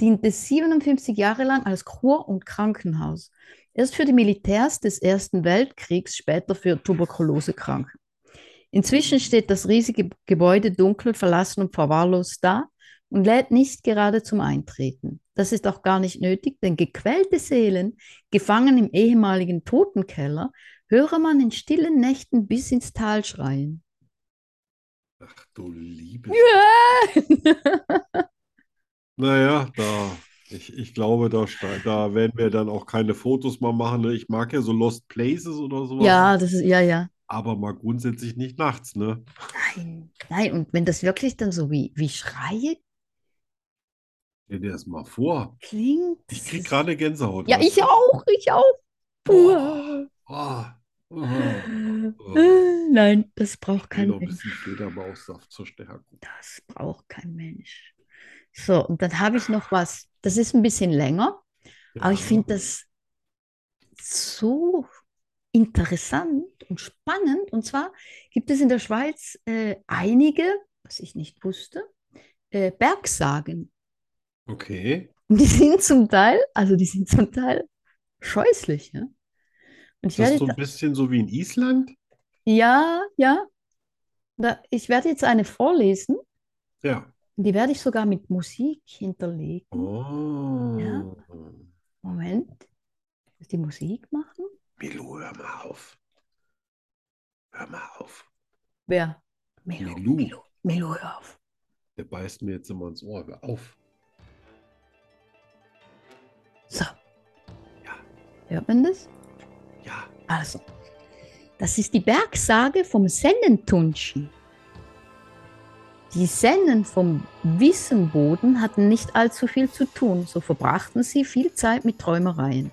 [SPEAKER 5] diente 57 Jahre lang als Kur- und Krankenhaus. Erst für die Militärs des Ersten Weltkriegs, später für Tuberkulosekranke. Inzwischen steht das riesige Gebäude dunkel, verlassen und verwahrlost da und lädt nicht gerade zum Eintreten. Das ist auch gar nicht nötig, denn gequälte Seelen, gefangen im ehemaligen Totenkeller, höre man in stillen Nächten bis ins Tal schreien.
[SPEAKER 2] Ach du liebes. Naja, da, ich, ich glaube, da, ste- da werden wir dann auch keine Fotos mal machen. Ne? Ich mag ja so Lost Places oder sowas,
[SPEAKER 5] Ja, das ist, ja, ja.
[SPEAKER 2] aber mal grundsätzlich nicht nachts, ne?
[SPEAKER 5] Nein, nein, und wenn das wirklich dann so wie, wie Schreie
[SPEAKER 2] Stell dir das mal vor.
[SPEAKER 5] klingt.
[SPEAKER 2] Ich
[SPEAKER 5] das
[SPEAKER 2] krieg
[SPEAKER 5] ist-
[SPEAKER 2] gerade Gänsehaut. ne?
[SPEAKER 5] Ja, ich auch, ich auch.
[SPEAKER 2] Boah. Ah, ah.
[SPEAKER 5] Äh, Nein, das braucht
[SPEAKER 2] Ich will
[SPEAKER 5] kein
[SPEAKER 2] noch ein
[SPEAKER 5] Mensch.
[SPEAKER 2] bisschen Fledermaussaft zur Stärkung.
[SPEAKER 5] Das braucht kein Mensch. So, und dann habe ich noch was. Das ist ein bisschen länger, aber ich
[SPEAKER 2] Ja.
[SPEAKER 5] finde das so interessant und spannend. Und zwar gibt es in der Schweiz äh, einige, was ich nicht wusste, äh, Bergsagen.
[SPEAKER 2] Okay.
[SPEAKER 5] Und die sind zum Teil, also die sind zum Teil scheußlich. Ja? Und ich
[SPEAKER 2] Ist das
[SPEAKER 5] werde
[SPEAKER 2] so ein bisschen so wie in Island?
[SPEAKER 5] ja, ja. Da, ich werde jetzt eine vorlesen.
[SPEAKER 2] Ja.
[SPEAKER 5] Die werde ich sogar mit Musik hinterlegen.
[SPEAKER 2] Oh.
[SPEAKER 5] Ja. Moment. Muss die Musik machen?
[SPEAKER 2] Milu, hör mal auf. Hör mal auf.
[SPEAKER 5] Wer? Melo,
[SPEAKER 2] Milu.
[SPEAKER 5] Melo, Melo, hör auf.
[SPEAKER 2] Der beißt mir jetzt immer ins Ohr. Hör auf.
[SPEAKER 5] So.
[SPEAKER 2] Ja.
[SPEAKER 5] Hört man das?
[SPEAKER 2] Ja.
[SPEAKER 5] Also, das ist die Bergsage vom Sennentunchi. Die Sennen vom Wissenboden hatten nicht allzu viel zu tun, so verbrachten sie viel Zeit mit Träumereien.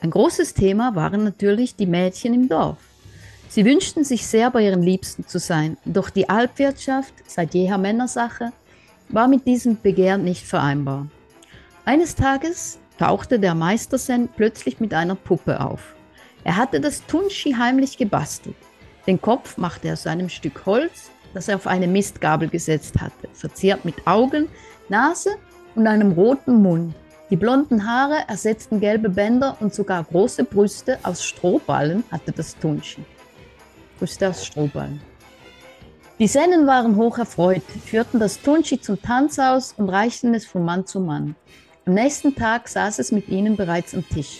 [SPEAKER 5] Ein großes Thema waren natürlich die Mädchen im Dorf. Sie wünschten sich sehr, bei ihren Liebsten zu sein, doch die Alpwirtschaft, seit jeher Männersache, war mit diesem Begehren nicht vereinbar. Eines Tages tauchte der Meistersen plötzlich mit einer Puppe auf. Er hatte das Tunschi heimlich gebastelt. Den Kopf machte er aus einem Stück Holz, das er auf eine Mistgabel gesetzt hatte, verziert mit Augen, Nase und einem roten Mund. Die blonden Haare ersetzten gelbe Bänder und sogar große Brüste aus Strohballen hatte das Tunschi. Brüste aus Strohballen. Die Sennen waren hoch erfreut, führten das Tunschi zum Tanz aus und reichten es von Mann zu Mann. Am nächsten Tag saß es mit ihnen bereits am Tisch.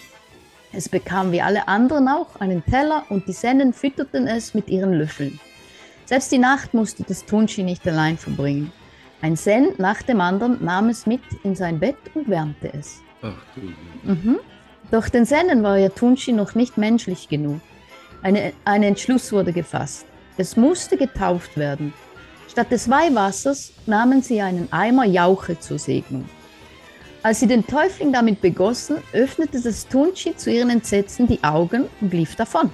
[SPEAKER 5] Es bekam wie alle anderen auch einen Teller und die Sennen fütterten es mit ihren Löffeln. Selbst die Nacht musste das Tunschi nicht allein verbringen. Ein Sen nach dem anderen nahm es mit in sein Bett und wärmte es.
[SPEAKER 2] Ach du liebes.
[SPEAKER 5] Mhm. Doch den Sennen war ja Tunchi noch nicht menschlich genug. Eine, ein Entschluss wurde gefasst. Es musste getauft werden. Statt des Weihwassers nahmen sie einen Eimer Jauche zur Segnung. Als sie den Täufling damit begossen, öffnete das Tunchi zu ihren Entsetzen die Augen und lief davon.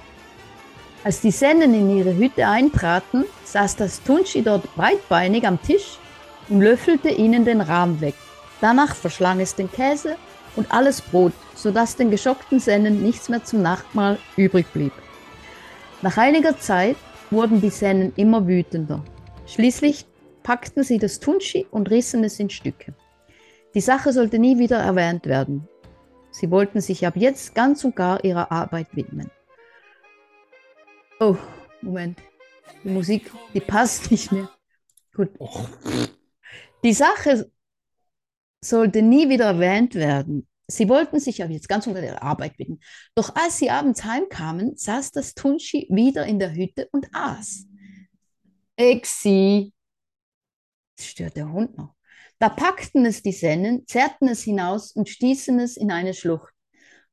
[SPEAKER 5] Als die Sennen in ihre Hütte eintraten, saß das Tunchi dort breitbeinig am Tisch und löffelte ihnen den Rahm weg. Danach verschlang es den Käse und alles Brot, sodass den geschockten Sennen nichts mehr zum Nachtmahl übrig blieb. Nach einiger Zeit wurden die Sennen immer wütender. Schließlich packten sie das Tunchi und rissen es in Stücke. Die Sache sollte nie wieder erwähnt werden. Sie wollten sich ab jetzt ganz und gar ihrer Arbeit widmen. Oh, Moment. Die Musik, die passt nicht mehr. Gut. Die Sache sollte nie wieder erwähnt werden. Sie wollten sich aber jetzt ganz unter ihrer Arbeit widmen. Doch als sie abends heimkamen, saß das Tunchi wieder in der Hütte und aß. Exi. Das stört der Hund noch. Da packten es die Sennen, zerrten es hinaus und stießen es in eine Schlucht.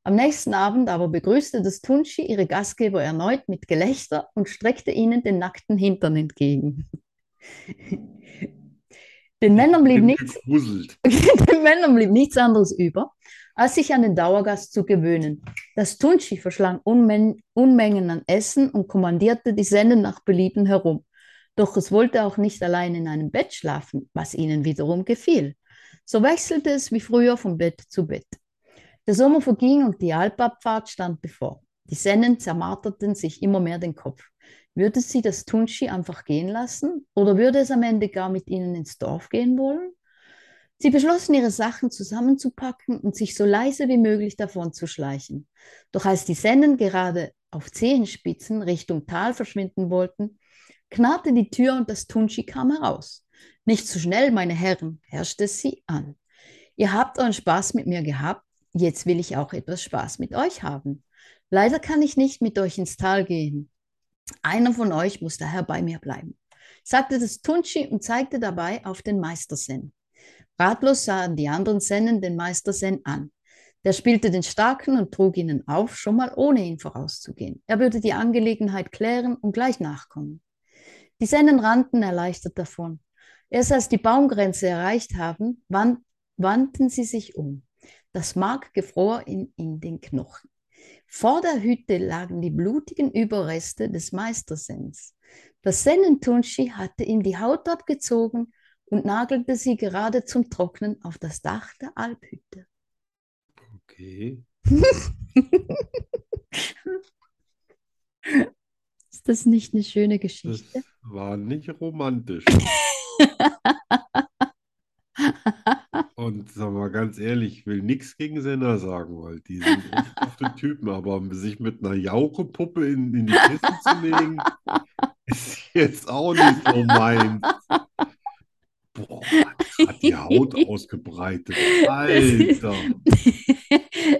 [SPEAKER 5] Am nächsten Abend aber begrüßte das Tunchi ihre Gastgeber erneut mit Gelächter und streckte ihnen den nackten Hintern entgegen. Den Männern blieb
[SPEAKER 2] Bin
[SPEAKER 5] nichts
[SPEAKER 2] gegruselt.
[SPEAKER 5] den Männern blieb nichts anderes über, als sich an den Dauergast zu gewöhnen. Das Tunchi verschlang Unmen Unmengen an Essen und kommandierte die Senden nach Belieben herum. Doch es wollte auch nicht allein in einem Bett schlafen, was ihnen wiederum gefiel. So wechselte es wie früher von Bett zu Bett. Der Sommer verging und die Alpabfahrt stand bevor. Die Sennen zermarterten sich immer mehr den Kopf. Würde sie das Tunchi einfach gehen lassen oder würde es am Ende gar mit ihnen ins Dorf gehen wollen? Sie beschlossen, ihre Sachen zusammenzupacken und sich so leise wie möglich davon zu schleichen. Doch als die Sennen gerade auf Zehenspitzen Richtung Tal verschwinden wollten, knarrte die Tür und das Tunchi kam heraus. Nicht zu schnell, meine Herren, herrschte sie an. Ihr habt euren Spaß mit mir gehabt, jetzt will ich auch etwas Spaß mit euch haben. Leider kann ich nicht mit euch ins Tal gehen. Einer von euch muss daher bei mir bleiben, sagte das Tunchi und zeigte dabei auf den Meistersen. Ratlos sahen die anderen Sennen den Meister Sen an. Der spielte den Starken und trug ihnen auf, schon mal ohne ihn vorauszugehen. Er würde die Angelegenheit klären und gleich nachkommen. Die Sennen rannten erleichtert davon. Erst als die Baumgrenze erreicht haben, wan- wandten sie sich um. Das Mark gefror in, in den Knochen. Vor der Hütte lagen die blutigen Überreste des Meistersens. Das Sennentunchi hatte ihm die Haut abgezogen und nagelte sie gerade zum Trocknen auf das Dach der Alphütte.
[SPEAKER 2] Okay.
[SPEAKER 5] Ist das nicht eine schöne
[SPEAKER 2] Das
[SPEAKER 5] Geschichte?
[SPEAKER 2] war nicht romantisch. Und sagen wir mal ganz ehrlich, ich will nichts gegen Senna sagen, weil die sind echt gute Typen, aber um sich mit einer Jauchepuppe in, in die Kiste zu legen, ist jetzt auch nicht so meins. Boah, jetzt hat die Haut ausgebreitet. Alter.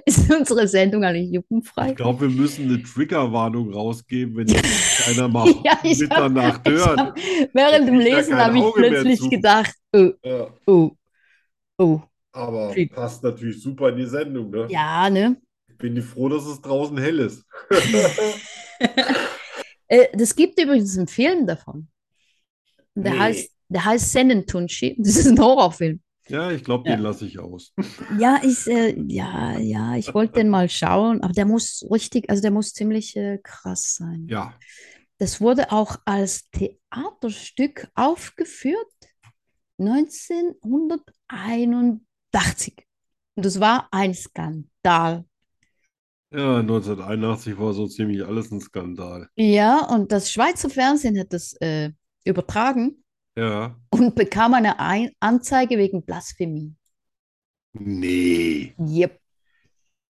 [SPEAKER 5] Ist unsere Sendung eigentlich
[SPEAKER 2] Ich
[SPEAKER 5] jugendfrei?
[SPEAKER 2] glaube, wir müssen eine Triggerwarnung rausgeben, wenn jetzt keiner mal
[SPEAKER 5] Ja, ich hab-
[SPEAKER 2] Mitternacht
[SPEAKER 5] Ich
[SPEAKER 2] hört.
[SPEAKER 5] hab, während dem
[SPEAKER 2] kriegt ja
[SPEAKER 5] Lesen
[SPEAKER 2] kein
[SPEAKER 5] habe ich
[SPEAKER 2] Auge mehr
[SPEAKER 5] plötzlich
[SPEAKER 2] zu.
[SPEAKER 5] gedacht, oh,
[SPEAKER 2] Ja.
[SPEAKER 5] oh, oh.
[SPEAKER 2] Aber
[SPEAKER 5] Krieg.
[SPEAKER 2] passt natürlich super in die Sendung, ne?
[SPEAKER 5] Ja, ne?
[SPEAKER 2] Ich bin froh, dass es draußen hell ist.
[SPEAKER 5] Äh, das gibt übrigens einen Film davon. Und Der
[SPEAKER 2] Nee.
[SPEAKER 5] heißt, der heißt Sennentunchi. Das ist ein Horrorfilm.
[SPEAKER 2] Ja, ich glaube, den lasse ich aus.
[SPEAKER 5] Ja, ich, äh, ja, ja, ich wollte den mal schauen, aber der muss richtig, also der muss ziemlich äh, krass sein.
[SPEAKER 2] Ja,
[SPEAKER 5] Das wurde auch als Theaterstück aufgeführt 1981. Und das war ein Skandal.
[SPEAKER 2] ja, 1981 war so ziemlich alles ein Skandal.
[SPEAKER 5] Ja, und das Schweizer Fernsehen hat das äh, übertragen
[SPEAKER 2] Ja.
[SPEAKER 5] und bekam eine Ein Anzeige wegen Blasphemie.
[SPEAKER 2] Nee.
[SPEAKER 5] Yep.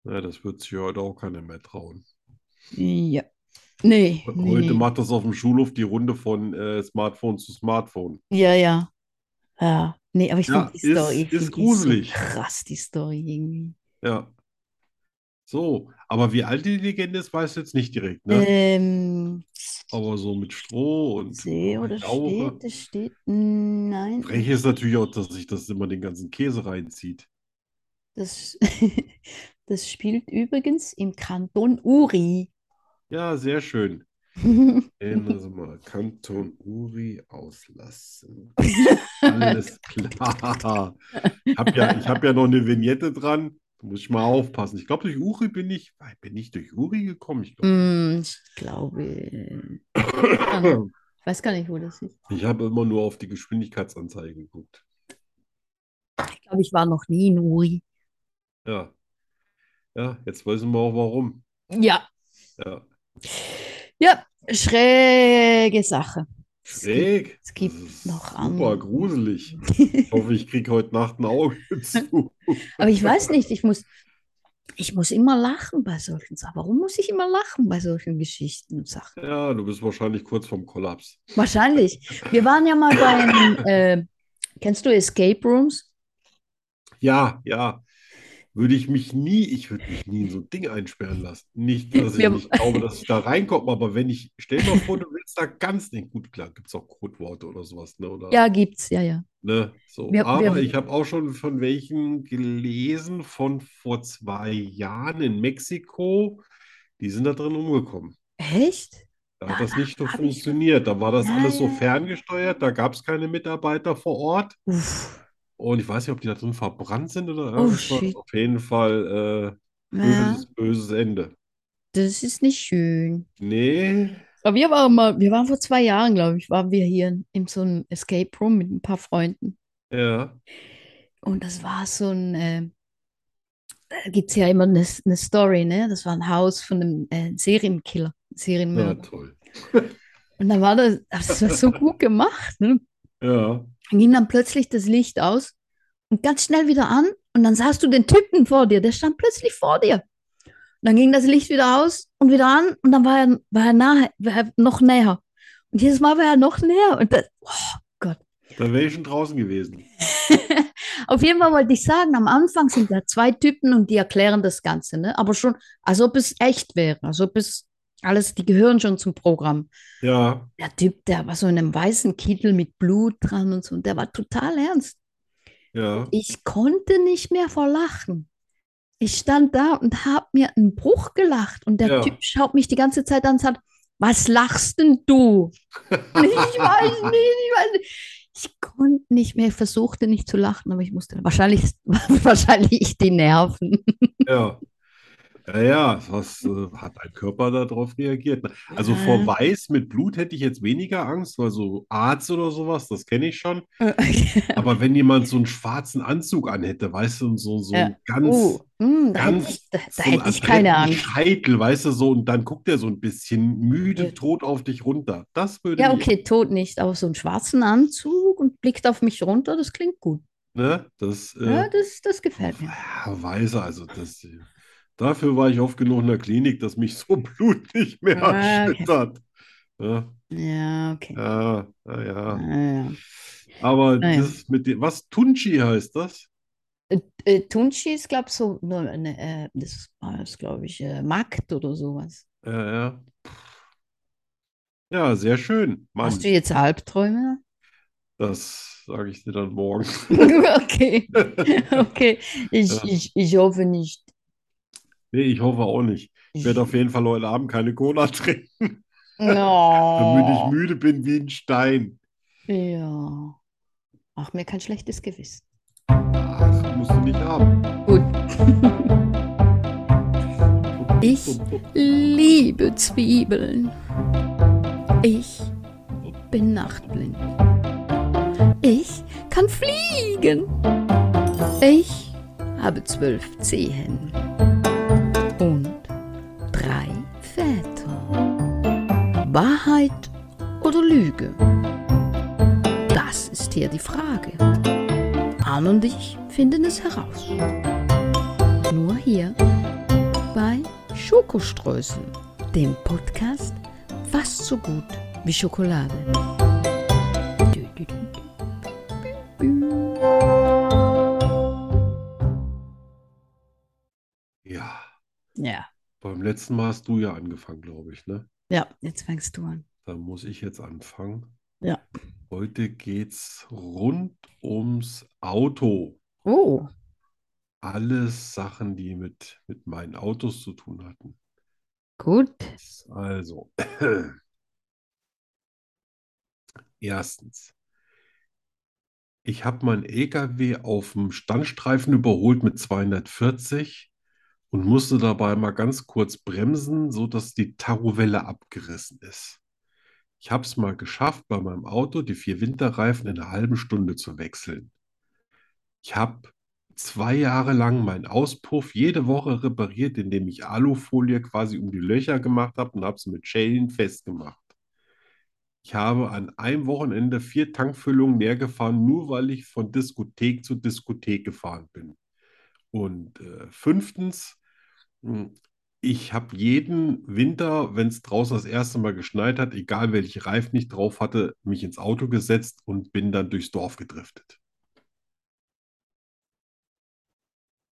[SPEAKER 2] Ja, das wird sich heute auch keiner mehr trauen.
[SPEAKER 5] Ja. Nee,
[SPEAKER 2] Heute
[SPEAKER 5] nee.
[SPEAKER 2] macht das auf dem Schulhof die Runde von äh, Smartphone zu Smartphone.
[SPEAKER 5] Ja, ja. Ja. Nee, aber ich
[SPEAKER 2] Ja,
[SPEAKER 5] finde die Story, ich
[SPEAKER 2] ist- ist
[SPEAKER 5] find die so
[SPEAKER 2] gruselig.
[SPEAKER 5] krass, die Story irgendwie.
[SPEAKER 2] Ja. So, aber wie alt die Legende ist, weiß ich jetzt nicht direkt, ne?
[SPEAKER 5] Ähm,
[SPEAKER 2] Aber so mit Stroh und
[SPEAKER 5] sehe oder
[SPEAKER 2] Jauche.
[SPEAKER 5] steht, es steht, hm, nein,
[SPEAKER 2] Frech ist natürlich auch, dass sich das immer den ganzen Käse reinzieht.
[SPEAKER 5] das, das spielt übrigens im Kanton Uri.
[SPEAKER 2] Ja, sehr schön.
[SPEAKER 5] Hm.
[SPEAKER 2] Erinnern Sie mal, Kanton Uri auslassen. Alles klar. Hab ja, ich habe ja noch eine Vignette dran. Da muss ich mal aufpassen. Ich glaube, durch Uri bin ich. äh, Bin ich durch Uri gekommen? Ich, glaub,
[SPEAKER 5] Hm, ich glaube. Keine Ich weiß gar nicht, wo das ist.
[SPEAKER 2] ich habe immer nur auf die Geschwindigkeitsanzeige geguckt.
[SPEAKER 5] Ich glaube, ich war noch nie in Uri.
[SPEAKER 2] Ja. Ja, jetzt wissen wir auch warum.
[SPEAKER 5] Ja.
[SPEAKER 2] Ja.
[SPEAKER 5] Ja, schräge Sache. Es gibt-
[SPEAKER 2] Schräg.
[SPEAKER 5] es gibt
[SPEAKER 2] Das ist
[SPEAKER 5] noch
[SPEAKER 2] Super
[SPEAKER 5] andere.
[SPEAKER 2] gruselig. Ich hoffe, ich kriege heute Nacht ein Auge zu.
[SPEAKER 5] Aber ich weiß nicht, ich muss, ich muss immer lachen bei solchen Sachen. Warum muss ich immer lachen bei solchen Geschichten und Sachen?
[SPEAKER 2] Ja, du bist wahrscheinlich kurz vorm Kollaps.
[SPEAKER 5] Wahrscheinlich. Wir waren ja mal bei einem, äh, kennst du Escape Rooms?
[SPEAKER 2] Ja, ja. Würde ich mich nie, ich würde mich nie in so ein Ding einsperren lassen. Nicht, dass ich
[SPEAKER 5] Wir-
[SPEAKER 2] nicht glaube, dass ich da reinkomme, aber wenn ich, stell dir mal vor, du willst da ganz nicht gut, klar, gibt es auch Codeworte oder sowas, ne? Oder,
[SPEAKER 5] Ja, gibt's, ja, ja.
[SPEAKER 2] ne? So.
[SPEAKER 5] Wir-
[SPEAKER 2] Aber
[SPEAKER 5] wir-
[SPEAKER 2] ich habe auch schon von welchen gelesen von vor zwei Jahren in Mexiko, die sind da drin umgekommen.
[SPEAKER 5] Echt?
[SPEAKER 2] Da hat das nicht so
[SPEAKER 5] hab ich-
[SPEAKER 2] funktioniert. Da war das
[SPEAKER 5] Ja,
[SPEAKER 2] alles so
[SPEAKER 5] ja.
[SPEAKER 2] ferngesteuert, da gab es keine Mitarbeiter vor Ort.
[SPEAKER 5] Uff.
[SPEAKER 2] Und ich weiß nicht, ob die da drin verbrannt sind oder
[SPEAKER 5] Oh,
[SPEAKER 2] irgendwas.
[SPEAKER 5] shit.
[SPEAKER 2] Auf jeden Fall äh,
[SPEAKER 5] Ja,
[SPEAKER 2] böses, böses Ende.
[SPEAKER 5] das ist nicht schön.
[SPEAKER 2] Nee,
[SPEAKER 5] Aber wir waren mal, wir waren vor zwei Jahren, glaube ich, waren wir hier in, in so einem Escape Room mit ein paar Freunden.
[SPEAKER 2] ja,
[SPEAKER 5] Und das war so ein, äh, da gibt es ja immer eine, eine Story, ne? Das war ein Haus von einem äh, Serienkiller,
[SPEAKER 2] na
[SPEAKER 5] Serienmörder.
[SPEAKER 2] toll.
[SPEAKER 5] Und dann war das, das war so gut gemacht, ne?
[SPEAKER 2] Ja,
[SPEAKER 5] Dann ging dann plötzlich das Licht aus und ganz schnell wieder an. Und dann sahst du den Typen vor dir, der stand plötzlich vor dir. Und dann ging das Licht wieder aus und wieder an und dann war er, war er, nahe, war er noch näher. Und jedes Mal war er noch näher. Und das, oh Gott.
[SPEAKER 2] da wäre ich schon draußen gewesen.
[SPEAKER 5] Auf jeden Fall wollte ich sagen, am Anfang sind da zwei Typen und die erklären das Ganze. Ne? Aber schon, als ob es echt wäre, als ob es alles, die gehören schon zum Programm.
[SPEAKER 2] Ja,
[SPEAKER 5] Der Typ, der war so in einem weißen Kittel mit Blut dran und so, und der war total ernst.
[SPEAKER 2] ja.
[SPEAKER 5] Ich konnte nicht mehr vor Lachen. Ich stand da und habe mir einen Bruch gelacht und der
[SPEAKER 2] Ja.
[SPEAKER 5] Typ schaut mich die ganze Zeit an und sagt, was lachst denn du? Und ich weiß nicht, ich weiß nicht. Ich konnte nicht mehr, ich versuchte nicht zu lachen, aber ich musste wahrscheinlich, wahrscheinlich die Nerven.
[SPEAKER 2] Ja. Ja, ja, was äh, hat dein Körper darauf reagiert? Also vor
[SPEAKER 5] Ja.
[SPEAKER 2] Weiß mit Blut hätte ich jetzt weniger Angst, weil so Arzt oder sowas, das kenne ich schon. Aber wenn jemand so einen schwarzen Anzug anhätte, weißt du, und so, so
[SPEAKER 5] Ja.
[SPEAKER 2] ein ganz,
[SPEAKER 5] Oh, mm, da hätte
[SPEAKER 2] ganz
[SPEAKER 5] ich, da, da
[SPEAKER 2] so einen
[SPEAKER 5] hätte ich keine
[SPEAKER 2] adretten
[SPEAKER 5] Angst.
[SPEAKER 2] Scheitel, weißt du, so, und dann guckt er so ein bisschen müde,
[SPEAKER 5] Ja.
[SPEAKER 2] tot auf dich runter. Das würde
[SPEAKER 5] Ja,
[SPEAKER 2] ich,
[SPEAKER 5] okay, tot nicht, aber so einen schwarzen Anzug und blickt auf mich runter, das klingt gut.
[SPEAKER 2] ne, das, äh,
[SPEAKER 5] Ja, das, das gefällt mir.
[SPEAKER 2] ja, weiße, also das, dafür war ich oft genug in der Klinik, dass mich so Blut nicht mehr
[SPEAKER 5] Ah, okay.
[SPEAKER 2] erschüttert. Ja,
[SPEAKER 5] Ja, okay.
[SPEAKER 2] ja, ja, ja.
[SPEAKER 5] Ja.
[SPEAKER 2] Aber
[SPEAKER 5] Naja.
[SPEAKER 2] das mit dem, was, Tunchi heißt das?
[SPEAKER 5] Äh, Tunchi ist, glaube ich, so, nur eine, äh, das war es, glaube ich, äh, Markt oder sowas.
[SPEAKER 2] Ja, ja. Ja, sehr schön, Mann.
[SPEAKER 5] Hast du jetzt Albträume?
[SPEAKER 2] Das sage ich dir dann morgen.
[SPEAKER 5] Okay, okay. Ich,
[SPEAKER 2] Ja.
[SPEAKER 5] ich, ich hoffe nicht.
[SPEAKER 2] Nee, ich hoffe auch nicht. Ich werde auf jeden Fall heute Abend keine Cola trinken, damit ich
[SPEAKER 5] Ja.
[SPEAKER 2] müde bin wie ein Stein.
[SPEAKER 5] Ja. Mach mir kein schlechtes Gewissen.
[SPEAKER 2] Ah, Das musst du nicht haben.
[SPEAKER 5] Gut.
[SPEAKER 1] Ich liebe Zwiebeln. Ich bin nachtblind. Ich kann fliegen. Ich habe zwölf Zehen und drei Väter. Wahrheit oder Lüge? Das ist hier die Frage. Arne und ich finden es heraus. Nur hier bei Schokoströßen, dem Podcast fast so gut wie Schokolade. Dü, dü, dü, dü, dü.
[SPEAKER 2] Ja,
[SPEAKER 5] Ja.
[SPEAKER 2] beim letzten Mal hast du ja angefangen, glaube ich, ne?
[SPEAKER 5] Ja, jetzt fängst du an.
[SPEAKER 2] Da muss ich jetzt anfangen.
[SPEAKER 5] Ja.
[SPEAKER 2] Heute geht's rund ums Auto.
[SPEAKER 5] Oh.
[SPEAKER 2] Alles Sachen, die mit, mit meinen Autos zu tun hatten.
[SPEAKER 5] Gut.
[SPEAKER 2] Also, erstens, Ich habe meinen LKW auf dem Standstreifen überholt mit 240 und musste dabei mal ganz kurz bremsen, sodass die Tarowelle abgerissen ist. Ich habe es mal geschafft, bei meinem Auto die vier Winterreifen in einer halben Stunde zu wechseln. Ich habe zwei Jahre lang meinen Auspuff jede Woche repariert, indem ich Alufolie quasi um die Löcher gemacht habe und habe es mit Schellen festgemacht. Ich habe an einem Wochenende vier Tankfüllungen leer gefahren, nur weil ich von Diskothek zu Diskothek gefahren bin. Und äh, fünftens, mh, ich habe jeden Winter, wenn es draußen das erste Mal geschneit hat, egal welche Reifen ich drauf hatte, mich ins Auto gesetzt und bin dann durchs Dorf gedriftet.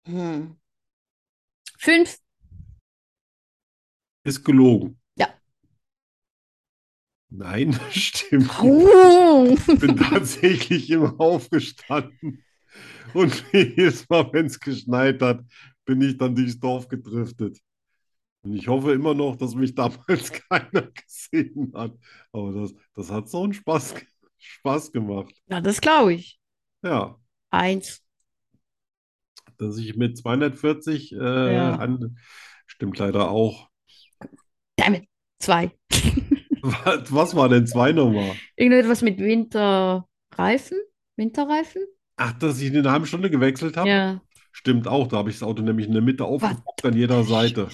[SPEAKER 5] Hm. Fünf.
[SPEAKER 2] Ist gelogen.
[SPEAKER 5] Ja.
[SPEAKER 2] Nein, stimmt.
[SPEAKER 5] Oh.
[SPEAKER 2] Ich bin tatsächlich immer aufgestanden. Und jedes Mal, wenn es geschneit hat, bin ich dann durchs Dorf gedriftet. Und ich hoffe immer noch, dass mich damals keiner gesehen hat. Aber das, das hat so einen Spaß, ge- Spaß gemacht.
[SPEAKER 5] Na, das glaube ich.
[SPEAKER 2] Ja,
[SPEAKER 5] Eins.
[SPEAKER 2] dass ich mit 240 äh,
[SPEAKER 5] Ja.
[SPEAKER 2] an, stimmt leider auch.
[SPEAKER 5] Damit. Zwei.
[SPEAKER 2] Was, was war denn zwei nochmal?
[SPEAKER 5] Irgendetwas mit Winterreifen? Winterreifen?
[SPEAKER 2] Ach, dass ich in einer halben Stunde gewechselt habe?
[SPEAKER 5] Ja.
[SPEAKER 2] Stimmt auch, da habe ich das Auto nämlich in der Mitte aufgeguckt, an jeder Seite.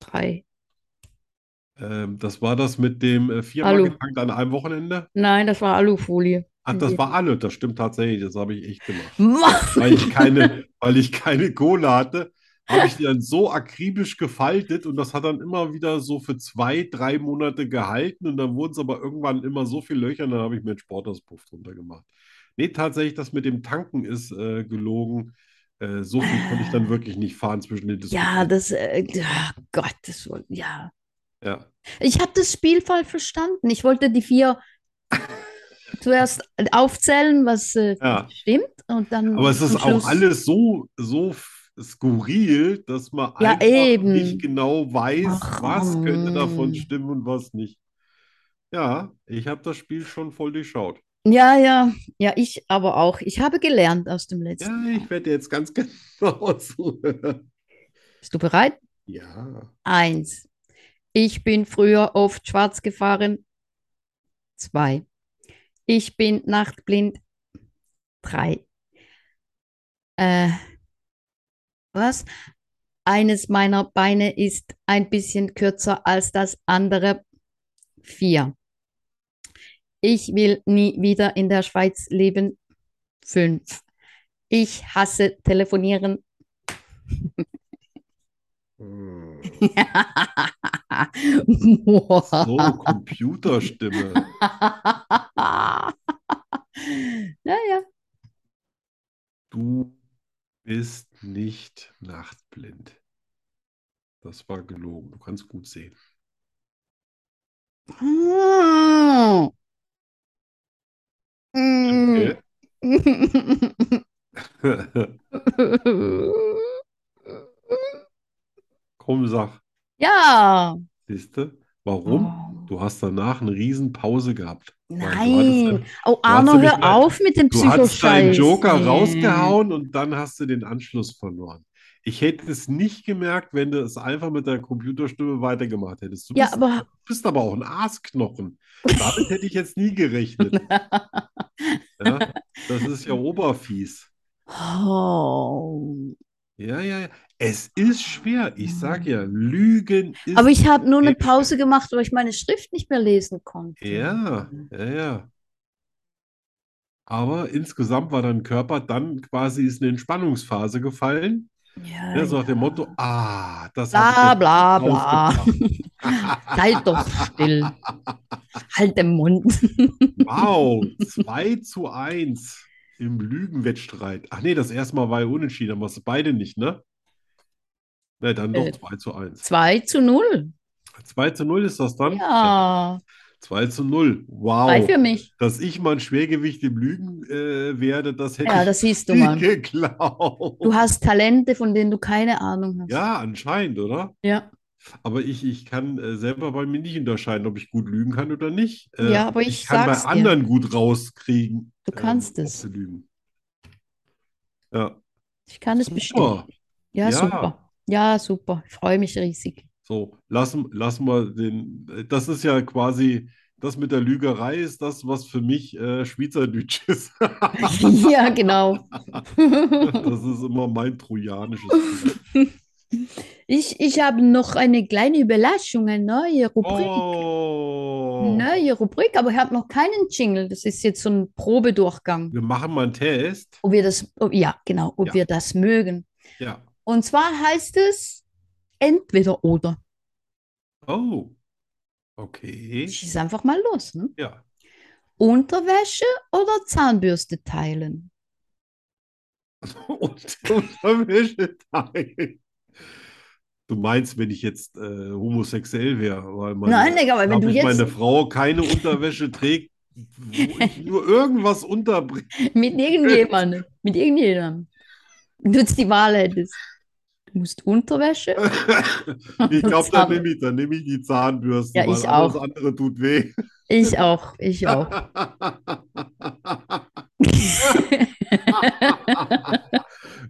[SPEAKER 5] Drei.
[SPEAKER 2] Ähm, das war das mit dem äh, viermal
[SPEAKER 5] Alu.
[SPEAKER 2] getankt an einem Wochenende?
[SPEAKER 5] Nein, das war Alufolie.
[SPEAKER 2] Ach, das war alle, das stimmt tatsächlich, das habe ich echt gemacht.
[SPEAKER 5] Mann!
[SPEAKER 2] Weil ich keine, weil ich keine Kohle hatte, habe ich die dann so akribisch gefaltet und das hat dann immer wieder so für zwei, drei Monate gehalten und dann wurden es aber irgendwann immer so viele Löcher und dann habe ich mir einen Sportauspuff drunter gemacht. Nee, tatsächlich, das mit dem Tanken ist äh, gelogen. Äh, so viel konnte ich dann wirklich nicht fahren zwischen den
[SPEAKER 5] Ja,
[SPEAKER 2] Diskussionen.
[SPEAKER 5] das, äh, ja, Gott, das war, ja.
[SPEAKER 2] Ja.
[SPEAKER 5] Ich habe das Spiel falsch verstanden. Ich wollte die vier zuerst aufzählen, was äh,
[SPEAKER 2] Ja.
[SPEAKER 5] stimmt, und dann
[SPEAKER 2] Aber es ist
[SPEAKER 5] am
[SPEAKER 2] auch
[SPEAKER 5] Schluss-
[SPEAKER 2] alles so, so f- skurril, dass man
[SPEAKER 5] Ja,
[SPEAKER 2] einfach
[SPEAKER 5] eben.
[SPEAKER 2] nicht genau weiß,
[SPEAKER 5] Ach,
[SPEAKER 2] was könnte davon
[SPEAKER 5] Mann.
[SPEAKER 2] stimmen und was nicht. Ja, ich habe das Spiel schon voll durchschaut.
[SPEAKER 5] Ja, ja, ja, ich aber auch. Ich habe gelernt aus dem letzten.
[SPEAKER 2] Ja, ich werde jetzt ganz genau zuhören.
[SPEAKER 5] Bist du bereit?
[SPEAKER 2] Ja.
[SPEAKER 5] Eins. Ich bin früher oft schwarz gefahren. Zwei. Ich bin nachtblind. Drei. Äh, was? Eines meiner Beine ist ein bisschen kürzer als das andere. Vier. Ich will nie wieder in der Schweiz leben. Fünf. Ich hasse telefonieren.
[SPEAKER 2] Hm. So,
[SPEAKER 5] Boah.
[SPEAKER 2] Computerstimme.
[SPEAKER 5] Naja.
[SPEAKER 2] Du bist nicht nachtblind. Das war gelogen. Du kannst gut sehen.
[SPEAKER 5] Hm. Mhm.
[SPEAKER 2] Okay. Komm, sag.
[SPEAKER 5] Ja.
[SPEAKER 2] Siehste, warum?
[SPEAKER 5] Oh.
[SPEAKER 2] Du hast danach eine Riesenpause gehabt. Weil du hattest
[SPEAKER 5] Nein.
[SPEAKER 2] einen-
[SPEAKER 5] Oh,
[SPEAKER 2] hast
[SPEAKER 5] Arno,
[SPEAKER 2] nämlich
[SPEAKER 5] hör
[SPEAKER 2] mal-
[SPEAKER 5] auf mit dem
[SPEAKER 2] Du hast deinen
[SPEAKER 5] Psychoscheiß.
[SPEAKER 2] Joker
[SPEAKER 5] Nee.
[SPEAKER 2] rausgehauen und dann hast du den Anschluss verloren. Ich hätte es nicht gemerkt, wenn du es einfach mit der Computerstimme weitergemacht hättest. Du
[SPEAKER 5] Ja,
[SPEAKER 2] bist,
[SPEAKER 5] aber-
[SPEAKER 2] du bist aber auch ein Arschknochen. Damit hätte ich jetzt nie gerechnet. Ja, das ist ja oberfies.
[SPEAKER 5] Oh.
[SPEAKER 2] Ja, ja, ja. Es ist schwer. Ich sag ja, Lügen ist.
[SPEAKER 5] Aber ich habe nur eine
[SPEAKER 2] Sehr schön.
[SPEAKER 5] Pause gemacht, weil ich meine Schrift nicht mehr lesen konnte.
[SPEAKER 2] Ja, ja, ja. Aber insgesamt war dein Körper dann quasi ist in eine Entspannungsphase gefallen.
[SPEAKER 5] Ja,
[SPEAKER 2] Ne, so nach dem
[SPEAKER 5] ja.
[SPEAKER 2] Motto, ah, das
[SPEAKER 5] Bla,
[SPEAKER 2] hat
[SPEAKER 5] bla,
[SPEAKER 2] mich
[SPEAKER 5] bla.
[SPEAKER 2] rausgebracht.
[SPEAKER 5] Seid doch still. Halt den Mund.
[SPEAKER 2] Wow, 2 zu 1 im Lügenwettstreit. Ach nee, das erste Mal war ja unentschieden, aber es beide nicht, ne? Ne, dann doch
[SPEAKER 5] Äh.
[SPEAKER 2] 2 zu 1.
[SPEAKER 5] 2 zu 0.
[SPEAKER 2] 2 zu 0 ist das dann?
[SPEAKER 5] Ja,
[SPEAKER 2] 2 zu 0.
[SPEAKER 5] drei
[SPEAKER 2] Wow.
[SPEAKER 5] für mich.
[SPEAKER 2] Dass ich mal ein Schwergewicht im Lügen äh, werde, das hätte
[SPEAKER 5] Ja,
[SPEAKER 2] ich
[SPEAKER 5] das siehst du
[SPEAKER 2] nie
[SPEAKER 5] mal.
[SPEAKER 2] geglaubt.
[SPEAKER 5] Du hast Talente, von denen du keine Ahnung hast.
[SPEAKER 2] Ja, anscheinend, oder?
[SPEAKER 5] Ja.
[SPEAKER 2] Aber ich, ich kann äh, selber bei mir nicht unterscheiden, ob ich gut lügen kann oder nicht. Äh,
[SPEAKER 5] Ja, aber ich
[SPEAKER 2] ich kann bei
[SPEAKER 5] sag's dir.
[SPEAKER 2] anderen gut rauskriegen,
[SPEAKER 5] Du
[SPEAKER 2] ähm,
[SPEAKER 5] kannst
[SPEAKER 2] ob
[SPEAKER 5] es.
[SPEAKER 2] sie lügen. Ja,
[SPEAKER 5] Ich kann es bestätigen.
[SPEAKER 2] super.
[SPEAKER 5] Ja,
[SPEAKER 2] Ja.
[SPEAKER 5] super. Ja, super. Ich freue mich riesig.
[SPEAKER 2] So, lassen, lassen wir den. äh, Das ist ja quasi, das mit der Lügerei ist das, was für mich äh, Schweizerdeutsch ist.
[SPEAKER 5] Ja, genau.
[SPEAKER 2] Das ist immer mein trojanisches Pferd.
[SPEAKER 5] Ich, ich habe noch eine kleine Überraschung, eine neue Rubrik.
[SPEAKER 2] Oh,
[SPEAKER 5] Neue Rubrik, aber ich habe noch keinen Jingle. Das ist jetzt so ein Probedurchgang.
[SPEAKER 2] wir machen mal einen Test.
[SPEAKER 5] Ob wir das, ob, ja, genau, ob
[SPEAKER 2] Ja.
[SPEAKER 5] wir das mögen.
[SPEAKER 2] Ja.
[SPEAKER 5] Und zwar heißt es entweder oder.
[SPEAKER 2] Oh, okay.
[SPEAKER 5] Schieß einfach mal los. Ne?
[SPEAKER 2] Ja.
[SPEAKER 5] Unterwäsche oder Zahnbürste teilen?
[SPEAKER 2] Und Unterwäsche teilen. Du meinst, wenn ich jetzt äh, homosexuell wäre, weil meine,
[SPEAKER 5] Nein, Digga, weil wenn
[SPEAKER 2] glaub
[SPEAKER 5] du
[SPEAKER 2] ich,
[SPEAKER 5] jetzt
[SPEAKER 2] meine Frau keine Unterwäsche trägt, wo ich nur irgendwas unterbringe.
[SPEAKER 5] mit irgendjemandem, mit irgendjemandem, wenn du jetzt die Wahl hättest, du musst Unterwäsche
[SPEAKER 2] Ich glaube, dann
[SPEAKER 5] Zahn-
[SPEAKER 2] nehme ich, dann nehm ich die Zahnbürste,
[SPEAKER 5] Ja,
[SPEAKER 2] weil
[SPEAKER 5] ich
[SPEAKER 2] alles
[SPEAKER 5] auch.
[SPEAKER 2] andere tut weh.
[SPEAKER 5] Ich auch, ich auch.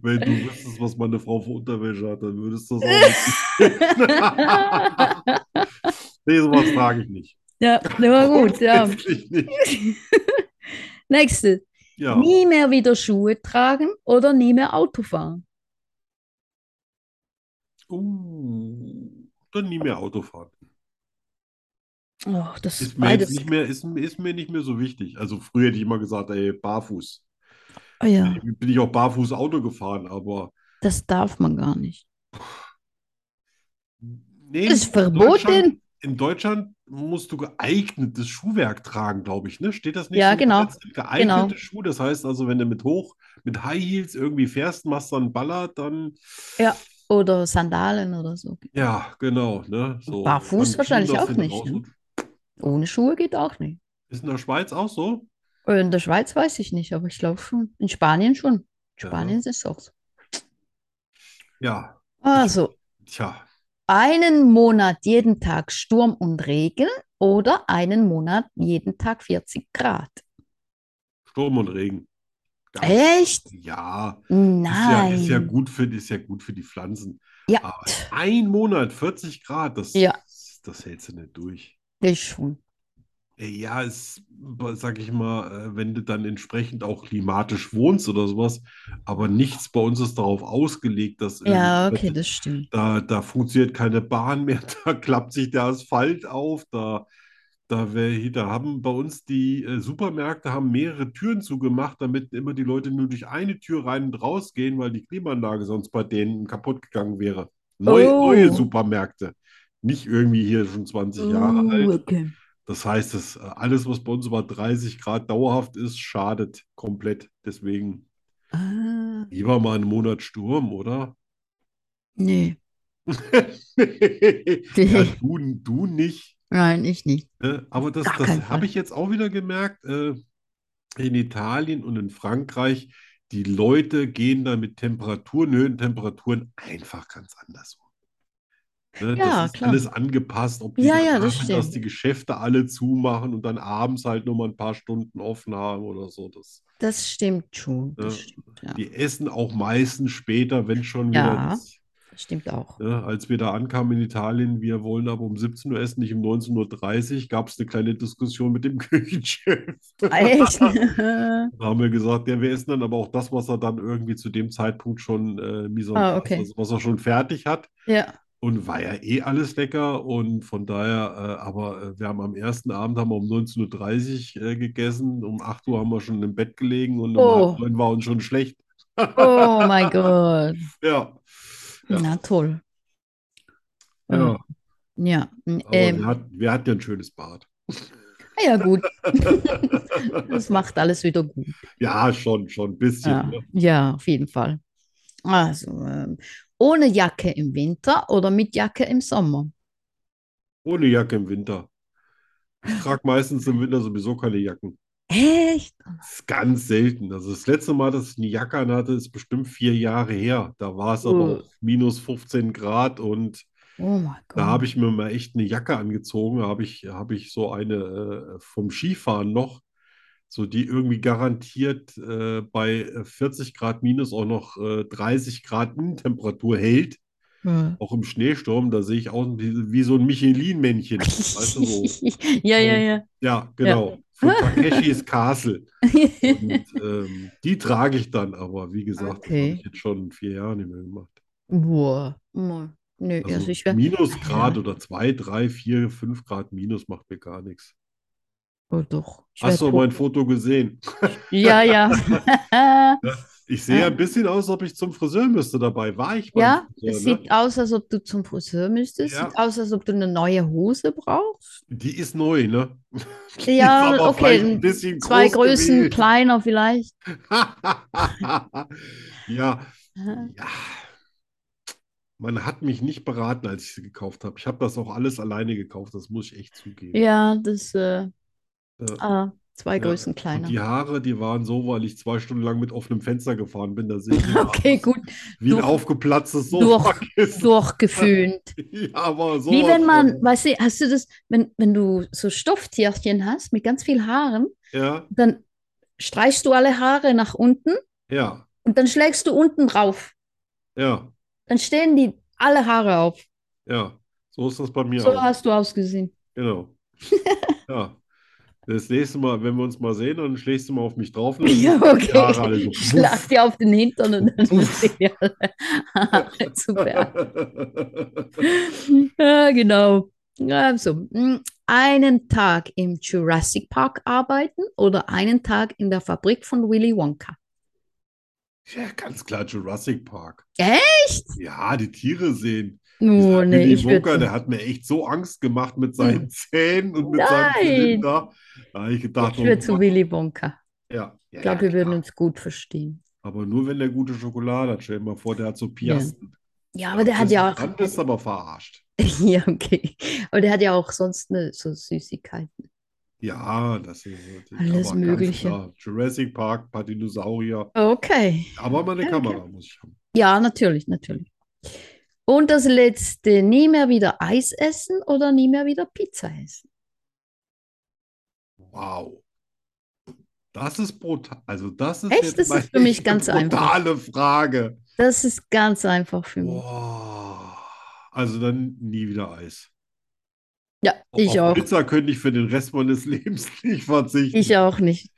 [SPEAKER 2] Wenn du wüsstest, was meine Frau für Unterwäsche hat, dann würdest du das auch nicht. nee, sowas frage ich nicht.
[SPEAKER 5] Ja, na war gut, ja.
[SPEAKER 2] Grundsätzlich nicht.
[SPEAKER 5] Nächste.
[SPEAKER 2] Ja.
[SPEAKER 5] Nie mehr wieder Schuhe tragen oder nie mehr Auto fahren.
[SPEAKER 2] Uh, dann nie mehr Auto fahren.
[SPEAKER 5] Oh, das
[SPEAKER 2] Ist
[SPEAKER 5] ist
[SPEAKER 2] mir jetzt
[SPEAKER 5] beides.
[SPEAKER 2] nicht mehr, ist, ist mir nicht mehr so wichtig. Also früher hätte ich immer gesagt, ey, barfuß.
[SPEAKER 1] Oh
[SPEAKER 5] Ah ja,
[SPEAKER 2] Bin ich auch barfuß Auto gefahren, aber
[SPEAKER 5] das darf man gar nicht.
[SPEAKER 2] nee,
[SPEAKER 5] Das ist
[SPEAKER 2] in Deutschland-
[SPEAKER 5] verboten.
[SPEAKER 2] In Deutschland musst du geeignetes Schuhwerk tragen, glaube ich, ne? Steht das nicht
[SPEAKER 5] Ja,
[SPEAKER 2] so im
[SPEAKER 5] genau.
[SPEAKER 2] Gesetz? Geeignete Schuhe, das heißt also, wenn du mit hoch, mit High Heels irgendwie fährst, machst dann Ballert, dann
[SPEAKER 5] Ja. Oder Sandalen oder so.
[SPEAKER 2] ja, genau, ne? So,
[SPEAKER 5] Barfuß
[SPEAKER 2] dann
[SPEAKER 5] wahrscheinlich
[SPEAKER 2] Kinder
[SPEAKER 5] auch
[SPEAKER 2] sind
[SPEAKER 5] nicht,
[SPEAKER 2] raus.
[SPEAKER 5] ne? Ohne Schuhe geht auch nicht.
[SPEAKER 2] Ist in der Schweiz auch so?
[SPEAKER 5] In der Schweiz weiß ich nicht, aber ich glaube schon. In Spanien schon. In
[SPEAKER 2] Ja.
[SPEAKER 5] Spanien ist es auch so.
[SPEAKER 2] Ja,
[SPEAKER 5] Also,
[SPEAKER 2] tja,
[SPEAKER 5] einen Monat jeden Tag Sturm und Regen oder einen Monat jeden Tag 40 Grad.
[SPEAKER 2] Sturm und Regen. Ganz-
[SPEAKER 5] Echt?
[SPEAKER 2] Ja, ist ja,
[SPEAKER 5] Nein.
[SPEAKER 2] ist ja gut für, ist ja gut für die Pflanzen.
[SPEAKER 5] Ja.
[SPEAKER 2] Aber ein Monat, 40 Grad, das,
[SPEAKER 5] Ja.
[SPEAKER 2] das hältst du nicht durch.
[SPEAKER 5] Ich schon.
[SPEAKER 2] Ja, es, sag ich mal, äh, wenn du dann entsprechend auch klimatisch wohnst oder sowas, aber nichts bei uns ist darauf ausgelegt, dass
[SPEAKER 5] Ja,
[SPEAKER 2] irgendwie-
[SPEAKER 5] okay, das stimmt.
[SPEAKER 2] da, da funktioniert keine Bahn mehr, da klappt sich der Asphalt auf, da, da, wär, hier- da haben bei uns die äh, Supermärkte haben mehrere Türen zugemacht, damit immer die Leute nur durch eine Tür rein und raus gehen, weil die Klimaanlage sonst bei denen kaputt gegangen wäre. Neue,
[SPEAKER 5] Oh.
[SPEAKER 2] neue Supermärkte, nicht irgendwie hier schon 20 Jahre
[SPEAKER 5] Uh,
[SPEAKER 2] alt.
[SPEAKER 5] okay.
[SPEAKER 2] Das heißt, dass äh, alles, was bei uns über 30 Grad dauerhaft ist, schadet komplett. Deswegen
[SPEAKER 5] Ah,
[SPEAKER 2] lieber mal einen Monat Sturm, oder?
[SPEAKER 5] nee.
[SPEAKER 2] ja, du, du nicht.
[SPEAKER 5] Nein, ich nicht.
[SPEAKER 2] Ne? Aber das,
[SPEAKER 5] Gar keinen
[SPEAKER 2] das
[SPEAKER 5] Fall.
[SPEAKER 2] habe ich jetzt auch wieder gemerkt. Äh, in Italien und in Frankreich, die Leute gehen da mit Temperaturen, höhen Temperaturen einfach ganz anders um. Ne? Das
[SPEAKER 5] Ja,
[SPEAKER 2] ist
[SPEAKER 5] klar.
[SPEAKER 2] alles angepasst, ob die
[SPEAKER 5] Ja,
[SPEAKER 2] dann
[SPEAKER 5] ja, das
[SPEAKER 2] abends, dass
[SPEAKER 5] stimmt.
[SPEAKER 2] die Geschäfte alle zumachen und dann abends halt nur mal ein paar Stunden offen haben oder so. Das,
[SPEAKER 5] Das stimmt schon. Das
[SPEAKER 2] Ja.
[SPEAKER 5] stimmt, ja.
[SPEAKER 2] die essen auch meistens später, wenn schon wieder
[SPEAKER 5] Ja.
[SPEAKER 2] das.
[SPEAKER 5] Das stimmt auch.
[SPEAKER 2] Ne, als wir da ankamen in Italien, wir wollen aber um 17 Uhr essen, nicht um 19.30 Uhr, gab es eine kleine Diskussion mit dem Küchenchef.
[SPEAKER 5] Echt?
[SPEAKER 2] Da haben wir gesagt, ja, wir essen dann aber auch das, was er dann irgendwie zu dem Zeitpunkt schon äh, mise en
[SPEAKER 5] Ah,
[SPEAKER 2] place,
[SPEAKER 5] okay.
[SPEAKER 2] also was er schon fertig hat.
[SPEAKER 5] ja.
[SPEAKER 2] Und war ja eh alles lecker. Und von daher, äh, aber äh, wir haben am ersten Abend haben wir um 19.30 Uhr äh, gegessen, um 8 Uhr haben wir schon im Bett gelegen und um
[SPEAKER 5] Oh.
[SPEAKER 2] halb neun war uns schon schlecht.
[SPEAKER 5] Oh mein Gott.
[SPEAKER 2] Ja. Ja.
[SPEAKER 5] Na toll.
[SPEAKER 2] Ja.
[SPEAKER 5] Ja. n-
[SPEAKER 2] Aber
[SPEAKER 5] Ähm,
[SPEAKER 2] wir, hat, wir hatten ja ein schönes Bad.
[SPEAKER 5] na ja, gut. Das macht alles wieder gut.
[SPEAKER 2] Ja, schon, schon ein bisschen.
[SPEAKER 5] Ja,
[SPEAKER 2] ne?
[SPEAKER 5] ja, auf jeden Fall. Also, ähm, ohne Jacke im Winter oder mit Jacke im Sommer?
[SPEAKER 2] Ohne Jacke im Winter. Ich trage meistens im Winter sowieso keine Jacken.
[SPEAKER 5] Echt?
[SPEAKER 2] Das ist ganz selten. Also das letzte Mal, dass ich eine Jacke anhatte, ist bestimmt vier Jahre her. Da war es aber
[SPEAKER 5] Uh.
[SPEAKER 2] auch minus 15 Grad und
[SPEAKER 5] Oh mein
[SPEAKER 2] Da
[SPEAKER 5] Gott.
[SPEAKER 2] habe ich mir mal echt eine Jacke angezogen. Da habe ich, habe ich so eine äh, vom Skifahren noch, so die irgendwie garantiert äh, bei äh, 40 Grad minus auch noch äh, 30 Grad Innentemperatur hält.
[SPEAKER 5] Hm.
[SPEAKER 2] Auch im Schneesturm, da sehe ich aus wie, wie so ein Michelin-Männchen. Weißt du, so.
[SPEAKER 5] Ja, ja, ja.
[SPEAKER 2] Ja, genau. Von Takeshis Castle. Und ähm, die trage ich dann aber, wie gesagt, das
[SPEAKER 5] Okay.
[SPEAKER 2] habe ich jetzt schon vier Jahre nicht mehr gemacht.
[SPEAKER 5] Boah. Mo- Nö, also,
[SPEAKER 2] Also
[SPEAKER 5] ich wäre.
[SPEAKER 2] Minusgrad oder zwei, drei, vier, fünf Grad Minus macht mir gar nichts.
[SPEAKER 5] Oh, doch. Ich wär
[SPEAKER 2] Hast du
[SPEAKER 5] tot.
[SPEAKER 2] mein Foto gesehen?
[SPEAKER 5] Ja, ja.
[SPEAKER 2] Ich sehe
[SPEAKER 5] Ja.
[SPEAKER 2] ein bisschen aus, als ob ich zum Friseur müsste dabei. War ich beim
[SPEAKER 5] Ja, es
[SPEAKER 2] Friseur, ne?
[SPEAKER 5] sieht aus, als ob du zum Friseur müsstest.
[SPEAKER 2] Ja.
[SPEAKER 5] Sieht aus, als ob du eine neue Hose brauchst.
[SPEAKER 2] Die ist neu, ne? Die ist
[SPEAKER 5] Ja,
[SPEAKER 2] aber
[SPEAKER 5] okay.
[SPEAKER 2] vielleicht ein bisschen
[SPEAKER 5] Zwei
[SPEAKER 2] groß
[SPEAKER 5] Größen
[SPEAKER 2] gewählt.
[SPEAKER 5] kleiner vielleicht.
[SPEAKER 2] Ja,
[SPEAKER 5] Aha.
[SPEAKER 2] ja. Man hat mich nicht beraten, als ich sie gekauft habe. Ich habe das auch alles alleine gekauft, das muss ich echt zugeben.
[SPEAKER 5] Ja, das äh,
[SPEAKER 2] Ja.
[SPEAKER 5] ah, zwei
[SPEAKER 2] Ja,
[SPEAKER 5] Größen
[SPEAKER 2] Und
[SPEAKER 5] kleiner.
[SPEAKER 2] die Haare, die waren so, weil ich zwei Stunden lang mit offenem Fenster gefahren bin. Da sehe ich immer
[SPEAKER 5] Okay,
[SPEAKER 2] aus
[SPEAKER 5] gut.
[SPEAKER 2] wie ein
[SPEAKER 5] Durch-
[SPEAKER 2] aufgeplatztes
[SPEAKER 5] durch-
[SPEAKER 2] Sofakissen.
[SPEAKER 5] Durchgeföhnt.
[SPEAKER 2] Ja, aber so.
[SPEAKER 5] Wie wenn man, weißt du, hast du das, wenn, wenn du so Stofftierchen hast mit ganz viel Haaren,
[SPEAKER 2] Ja,
[SPEAKER 5] dann streichst du alle Haare nach unten
[SPEAKER 2] ja,
[SPEAKER 5] und dann schlägst du unten drauf.
[SPEAKER 2] ja,
[SPEAKER 5] Dann stehen die alle Haare auf.
[SPEAKER 2] ja. So ist das bei mir
[SPEAKER 5] So
[SPEAKER 2] auch.
[SPEAKER 5] hast du ausgesehen.
[SPEAKER 2] Genau. Ja. Das nächste Mal, wenn wir uns mal sehen, dann schlägst du mal auf mich drauf. und dann
[SPEAKER 5] Ja,
[SPEAKER 2] sind die Haare alle
[SPEAKER 5] okay.
[SPEAKER 2] so.
[SPEAKER 5] Schlag dir auf den Hintern und dann sind die alle Haare zu Berge. Ja, genau. Also, mh, einen Tag im Jurassic Park arbeiten oder einen Tag in der Fabrik von Willy Wonka.
[SPEAKER 2] Ja, ganz klar, Jurassic Park.
[SPEAKER 5] Echt?
[SPEAKER 2] Ja, die Tiere sehen.
[SPEAKER 5] Oh,
[SPEAKER 2] Dieser
[SPEAKER 5] nee,
[SPEAKER 2] Willy
[SPEAKER 5] ich würd- Hm.
[SPEAKER 2] Wonka, der hat mir echt so Angst gemacht mit seinen Zähnen und mit seinem
[SPEAKER 5] Nein.
[SPEAKER 2] Zylinder. Da habe ich gedacht,
[SPEAKER 5] ich würde
[SPEAKER 2] oh
[SPEAKER 5] zu
[SPEAKER 2] Gott,
[SPEAKER 5] Willy Wonka.
[SPEAKER 2] ja,
[SPEAKER 5] Ich
[SPEAKER 2] ja, ja, genau.
[SPEAKER 5] glaube, wir würden
[SPEAKER 2] klar.
[SPEAKER 5] uns gut verstehen.
[SPEAKER 2] Aber nur wenn der gute Schokolade hat. Stell dir mal vor, der hat so Piasten.
[SPEAKER 5] Ja, aber der hat ja auch.
[SPEAKER 2] Dann bist du aber verarscht.
[SPEAKER 5] Ja, okay. Aber der hat ja auch sonst ne, so Süßigkeiten.
[SPEAKER 2] Ja, das ist natürlich
[SPEAKER 5] Alles
[SPEAKER 2] aber ganz
[SPEAKER 5] Mögliche.
[SPEAKER 2] klar. Jurassic Park, ein paar Dinosaurier,
[SPEAKER 5] Okay.
[SPEAKER 2] aber meine
[SPEAKER 5] Ja,
[SPEAKER 2] Kamera muss ich haben.
[SPEAKER 5] Ja, natürlich, natürlich. Und das letzte, nie mehr wieder Eis essen oder nie mehr wieder Pizza essen.
[SPEAKER 2] Wow. Das ist brutal. Also das ist
[SPEAKER 5] Echt?
[SPEAKER 2] jetzt
[SPEAKER 5] Das ist
[SPEAKER 2] mal
[SPEAKER 5] für mich
[SPEAKER 2] echt
[SPEAKER 5] ganz
[SPEAKER 2] eine
[SPEAKER 5] einfach. Mhm.
[SPEAKER 2] brutale Frage.
[SPEAKER 5] Das ist ganz einfach für mich.
[SPEAKER 2] Boah. Also dann nie wieder Eis.
[SPEAKER 5] Ja, ich
[SPEAKER 2] Auf
[SPEAKER 5] auch.
[SPEAKER 2] Pizza könnte ich für den Rest meines Lebens nicht verzichten.
[SPEAKER 5] Ich auch nicht.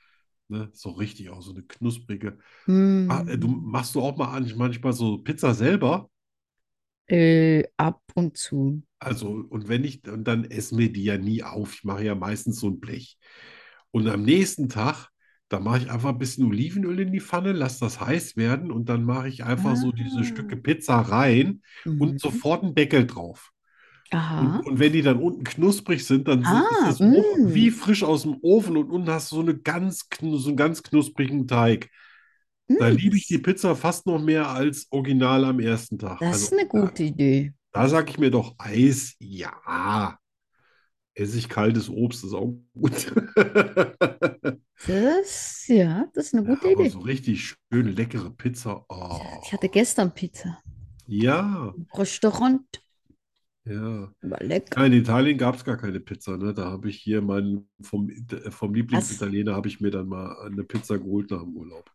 [SPEAKER 2] Ne? So richtig auch so eine knusprige.
[SPEAKER 5] Hm.
[SPEAKER 2] Ah, äh, du machst du auch mal an- manchmal so Pizza selber?
[SPEAKER 5] Äh, ab und zu.
[SPEAKER 2] Also, und wenn ich, und dann essen wir die ja nie auf. Ich mache ja meistens so ein Blech. Und am nächsten Tag, da mache ich einfach ein bisschen Olivenöl in die Pfanne, lass das heiß werden und dann mache ich einfach so diese
[SPEAKER 5] Ah.
[SPEAKER 2] Stücke Pizza rein
[SPEAKER 5] Mhm.
[SPEAKER 2] und sofort einen Deckel drauf.
[SPEAKER 5] Aha.
[SPEAKER 2] Und, und wenn die dann unten knusprig sind, dann sind,
[SPEAKER 5] Ah,
[SPEAKER 2] ist das hoch,
[SPEAKER 5] mm.
[SPEAKER 2] wie frisch aus dem Ofen und unten hast du so, eine ganz, knu- so einen ganz knusprigen Teig. Da
[SPEAKER 5] Hm,
[SPEAKER 2] liebe ich die Pizza fast noch mehr als original am ersten Tag.
[SPEAKER 5] das ist
[SPEAKER 2] Also,
[SPEAKER 5] eine
[SPEAKER 2] da,
[SPEAKER 5] gute Idee.
[SPEAKER 2] da sage ich mir doch Eis, ja. Esse ich kaltes Obst, ist auch gut.
[SPEAKER 5] Das, ja, das ist eine
[SPEAKER 2] Ja,
[SPEAKER 5] gute
[SPEAKER 2] aber
[SPEAKER 5] Idee.
[SPEAKER 2] so richtig schöne, leckere Pizza. Oh.
[SPEAKER 5] Ich hatte gestern Pizza
[SPEAKER 2] Ja,
[SPEAKER 5] im Restaurant.
[SPEAKER 2] ja.
[SPEAKER 5] War lecker.
[SPEAKER 2] Ja, in Italien gab es gar keine Pizza, ne? Da habe ich hier meinen vom, äh, vom Lieblingsitaliener habe ich mir dann mal eine Pizza geholt nach dem Urlaub.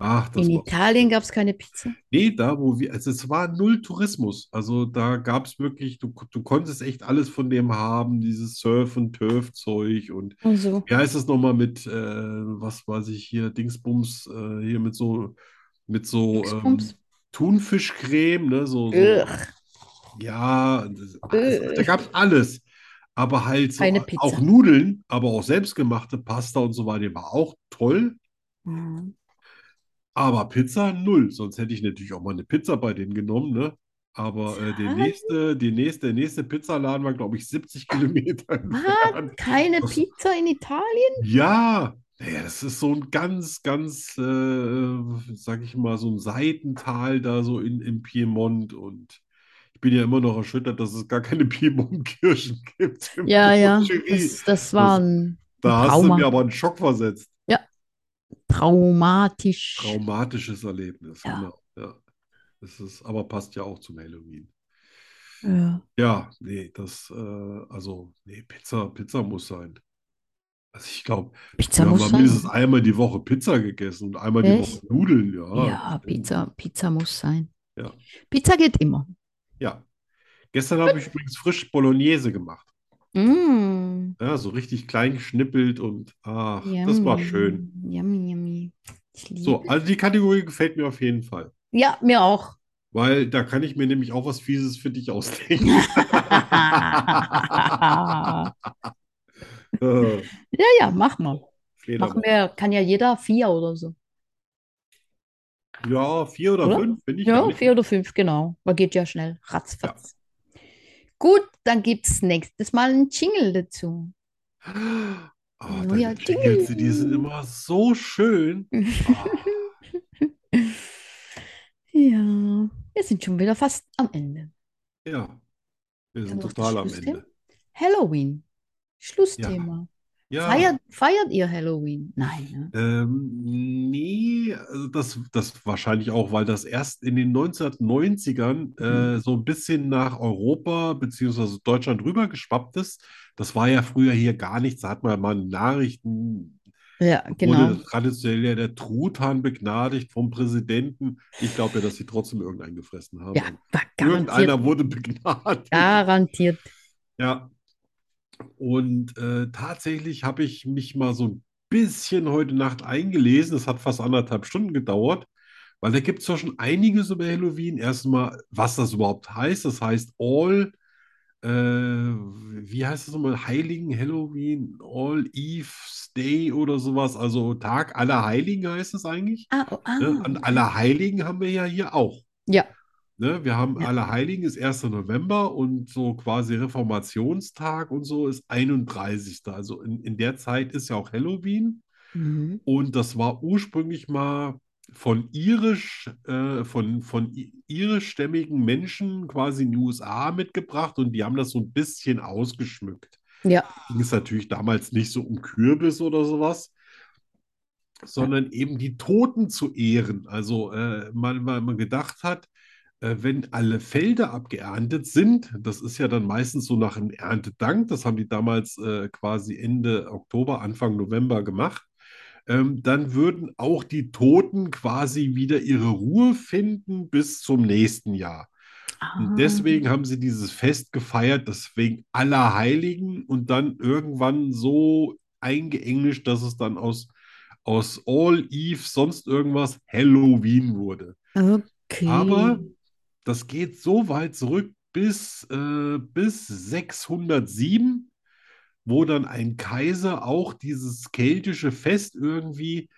[SPEAKER 2] Ach, das
[SPEAKER 5] In
[SPEAKER 2] war.
[SPEAKER 5] Italien gab es keine Pizza.
[SPEAKER 2] Nee, da wo wir, also es war null Tourismus. Also da gab es wirklich, du, du konntest echt alles von dem haben, dieses Surf- und Turf-Zeug und
[SPEAKER 5] Und so.
[SPEAKER 2] Wie heißt das nochmal mit, äh, was weiß ich hier, Dingsbums, äh, hier mit so, mit so ähm,
[SPEAKER 5] Dingsbums?
[SPEAKER 2] Thunfischcreme, ne, so, so.
[SPEAKER 5] Ugh.
[SPEAKER 2] Ja, das, also, da
[SPEAKER 5] Äh.
[SPEAKER 2] gab's alles. Aber halt so
[SPEAKER 5] Keine Pizza.
[SPEAKER 2] auch Nudeln, aber auch selbstgemachte Pasta und so weiter, die war auch toll.
[SPEAKER 5] Mhm.
[SPEAKER 2] Aber Pizza null, sonst hätte ich natürlich auch mal eine Pizza bei denen genommen, ne? Aber äh, der
[SPEAKER 5] Italien?
[SPEAKER 2] nächste, die nächste, der nächste Pizzaladen war, glaube ich, 70 Kilometer entfernt.
[SPEAKER 5] Keine
[SPEAKER 2] Das-
[SPEAKER 5] Pizza in Italien?
[SPEAKER 2] Ja, naja, das ist so ein ganz, ganz, äh, sag ich mal, so ein Seitental da so in, im Piemont. Und ich bin ja immer noch erschüttert, dass es gar keine Piemont-Kirchen gibt im
[SPEAKER 5] Ja, ja.
[SPEAKER 2] Jury.
[SPEAKER 5] Das, das war ein
[SPEAKER 2] Da hast du
[SPEAKER 5] Trauma.
[SPEAKER 2] mir aber einen Schock versetzt.
[SPEAKER 5] traumatisch.
[SPEAKER 2] Traumatisches Erlebnis,
[SPEAKER 5] Ja.
[SPEAKER 2] genau. Ja. Das ist, aber passt ja auch zum Halloween.
[SPEAKER 5] Ja.
[SPEAKER 2] Ja, nee, das, äh, also, nee, Pizza, Pizza muss sein. Also ich glaube,
[SPEAKER 5] Pizza
[SPEAKER 2] wir haben
[SPEAKER 5] muss
[SPEAKER 2] mal
[SPEAKER 5] sein.
[SPEAKER 2] mindestens einmal die Woche Pizza gegessen und einmal die
[SPEAKER 5] Echt?
[SPEAKER 2] Woche Nudeln, ja.
[SPEAKER 5] Ja, Pizza, Pizza muss sein.
[SPEAKER 2] Ja.
[SPEAKER 5] Pizza geht immer.
[SPEAKER 2] Ja. Gestern habe ich übrigens frisch Bolognese gemacht.
[SPEAKER 5] Mm,
[SPEAKER 2] Ja, so richtig klein geschnippelt und ach, das war schön.
[SPEAKER 5] yummy, Yummy, yummy. Ich liebe.
[SPEAKER 2] So, also die Kategorie gefällt mir auf jeden Fall,
[SPEAKER 5] Ja, mir auch.
[SPEAKER 2] weil da kann ich mir nämlich auch was Fieses für dich ausdenken.
[SPEAKER 5] ja,
[SPEAKER 2] Äh,
[SPEAKER 5] ja, mach mal. Mach
[SPEAKER 2] Fledermaus.
[SPEAKER 5] mir, kann ja jeder vier oder so.
[SPEAKER 2] Ja, vier oder
[SPEAKER 5] Oder?
[SPEAKER 2] fünf, finde ich gar
[SPEAKER 5] Ja,
[SPEAKER 2] nicht.
[SPEAKER 5] vier oder fünf, genau. Man geht ja schnell. Ratzfatz. Gut, dann gibt es nächstes Mal einen Jingle dazu.
[SPEAKER 2] Ah,
[SPEAKER 5] Ja,
[SPEAKER 2] deine
[SPEAKER 5] ja,
[SPEAKER 2] Jingles,
[SPEAKER 5] ding.
[SPEAKER 2] die sind immer so schön. Ah,
[SPEAKER 5] Ja, wir sind schon wieder fast am Ende.
[SPEAKER 2] Ja, wir
[SPEAKER 5] Dann
[SPEAKER 2] sind
[SPEAKER 5] noch das
[SPEAKER 2] total am
[SPEAKER 5] Schlussthema?
[SPEAKER 2] Ende.
[SPEAKER 5] Halloween. Schlussthema.
[SPEAKER 2] Ja,
[SPEAKER 5] Feiert, feiert ihr Halloween? Nein, ne?
[SPEAKER 2] ähm, nee, also das, das wahrscheinlich auch, weil das erst in den
[SPEAKER 5] Mhm.
[SPEAKER 2] 1990ern äh, so ein bisschen nach Europa beziehungsweise Deutschland rübergeschwappt ist. Das war ja früher hier gar nichts. Da hat man mal Nachrichten,
[SPEAKER 5] Ja, genau.
[SPEAKER 2] wurde traditionell ja der Truthahn begnadigt vom Präsidenten. Ich glaube ja, dass sie trotzdem irgendeinen gefressen haben.
[SPEAKER 5] Ja, war garantiert.
[SPEAKER 2] Irgendeiner wurde begnadigt.
[SPEAKER 5] Garantiert.
[SPEAKER 2] Ja. Und äh, tatsächlich habe ich mich mal so ein bisschen heute Nacht eingelesen. Es hat fast anderthalb Stunden gedauert, weil da gibt es ja schon einiges über Halloween. Erstmal, was das überhaupt heißt. Das heißt All, äh, wie heißt das nochmal? Heiligen Halloween, All Eve's Day oder sowas. Also Tag aller Heiligen heißt es eigentlich.
[SPEAKER 5] Ah, oh, ah.
[SPEAKER 2] Ne? Und Allerheiligen haben wir ja hier auch.
[SPEAKER 5] Ja,
[SPEAKER 2] Ne, wir haben
[SPEAKER 5] Ja.
[SPEAKER 2] Allerheiligen ist 1. November und so quasi Reformationstag und so ist 31. Also in, in der Zeit ist ja auch Halloween
[SPEAKER 5] mhm.
[SPEAKER 2] und das war ursprünglich mal von irisch, äh, von, von i- irischstämmigen Menschen quasi in die USA mitgebracht und die haben das so ein bisschen ausgeschmückt.
[SPEAKER 5] Ja.
[SPEAKER 2] Ging es natürlich damals nicht so um Kürbis oder sowas, sondern eben die Toten zu ehren. Also äh, man, weil man gedacht hat, äh, wenn alle Felder abgeerntet sind, das ist ja dann meistens so nach einem Erntedank, das haben die damals äh, quasi Ende Oktober, Anfang November gemacht, ähm, dann würden auch die Toten quasi wieder ihre Ruhe finden bis zum nächsten Jahr.
[SPEAKER 5] Ah.
[SPEAKER 2] Und deswegen haben sie dieses Fest gefeiert, deswegen Allerheiligen und dann irgendwann so eingeenglischt, dass es dann aus, aus All Eve sonst irgendwas Halloween wurde.
[SPEAKER 5] Okay.
[SPEAKER 2] Aber das geht so weit zurück bis, äh, bis 607, wo dann ein Kaiser auch dieses keltische Fest irgendwie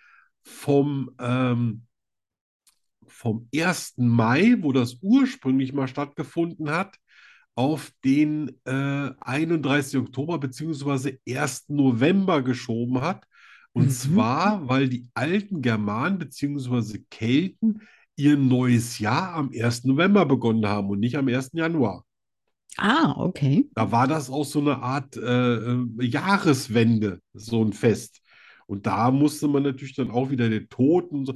[SPEAKER 2] vom, ähm, vom 1. Mai, wo das ursprünglich mal stattgefunden hat, auf den äh, 31. Oktober bzw. 1. November geschoben hat. Und
[SPEAKER 5] Mhm.
[SPEAKER 2] zwar, weil die alten Germanen bzw. Kelten ihr neues Jahr am 1. November begonnen haben und nicht am 1. Januar.
[SPEAKER 5] Ah, okay.
[SPEAKER 2] Da war das auch so eine Art äh, äh, Jahreswende, so ein Fest. Und da musste man natürlich dann auch wieder den Toten, und so,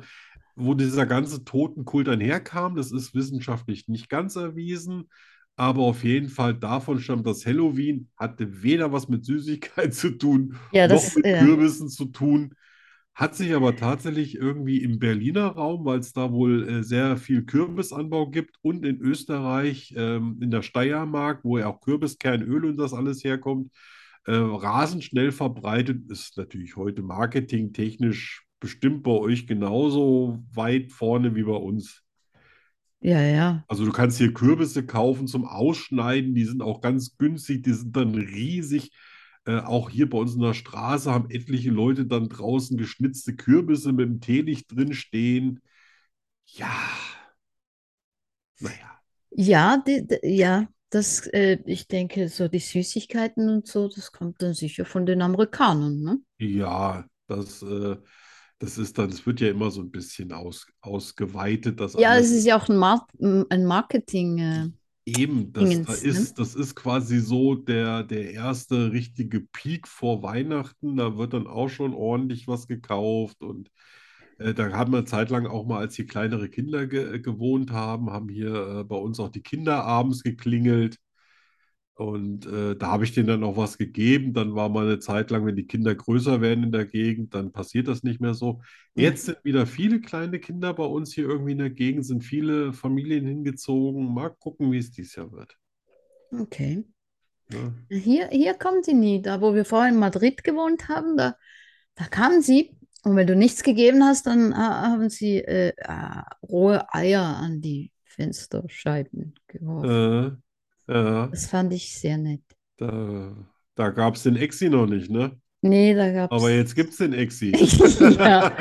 [SPEAKER 2] wo dieser ganze Totenkult dann herkam, das ist wissenschaftlich nicht ganz erwiesen, aber auf jeden Fall davon stammt, dass Halloween hatte weder was mit Süßigkeit zu tun,
[SPEAKER 5] Ja,
[SPEAKER 2] noch
[SPEAKER 5] das, äh,
[SPEAKER 2] mit
[SPEAKER 5] ja.
[SPEAKER 2] Kürbissen zu tun. Hat sich aber tatsächlich irgendwie im Berliner Raum, weil es da wohl äh, sehr viel Kürbisanbau gibt und in Österreich, ähm, in der Steiermark, wo ja auch Kürbiskernöl und das alles herkommt, äh, rasend schnell verbreitet. Ist natürlich heute marketingtechnisch bestimmt bei euch genauso weit vorne wie bei uns.
[SPEAKER 5] Ja, ja.
[SPEAKER 2] Also du kannst hier Kürbisse kaufen zum Ausschneiden, die sind auch ganz günstig, die sind dann riesig. Äh, auch hier bei uns in der Straße haben etliche Leute dann draußen geschnitzte Kürbisse mit dem Teelicht drin stehen. Ja. Naja.
[SPEAKER 5] Ja, die, die, ja, das, äh, ich denke, so die Süßigkeiten und so, das kommt dann sicher von den Amerikanern, ne?
[SPEAKER 2] Ja, das, äh, das ist dann, es wird ja immer so ein bisschen aus, ausgeweitet, das
[SPEAKER 5] Ja,
[SPEAKER 2] alles.
[SPEAKER 5] es ist ja auch ein, Mar m- ein Marketing. Äh,
[SPEAKER 2] Eben, das, da
[SPEAKER 5] Dingens, ne?
[SPEAKER 2] ist, das ist quasi so der, der erste richtige Peak vor Weihnachten. Da wird dann auch schon ordentlich was gekauft und Äh, Da haben wir zeitlang auch mal, als hier kleinere Kinder ge äh, gewohnt haben, haben hier äh, bei uns auch die Kinder abends geklingelt. Und äh, da habe ich denen dann auch was gegeben. Dann war mal eine Zeit lang, wenn die Kinder größer werden in der Gegend, dann passiert das nicht mehr so.
[SPEAKER 5] Mhm.
[SPEAKER 2] Jetzt sind wieder viele kleine Kinder bei uns hier irgendwie in der Gegend, sind viele Familien hingezogen. Mal gucken, wie es dieses Jahr wird.
[SPEAKER 5] Okay.
[SPEAKER 2] Ne?
[SPEAKER 5] Hier, hier kommen sie nie. Da, wo wir vorhin in Madrid gewohnt haben, da, da kamen sie. Und wenn du nichts gegeben hast, dann äh, haben sie äh, äh, rohe Eier an die Fensterscheiben geworfen.
[SPEAKER 2] Äh, äh,
[SPEAKER 5] Das fand ich sehr nett.
[SPEAKER 2] da da gab es den Exi noch nicht, ne?
[SPEAKER 5] Nee, da gab's.
[SPEAKER 2] Aber jetzt gibt es den Exi.
[SPEAKER 5] Ja.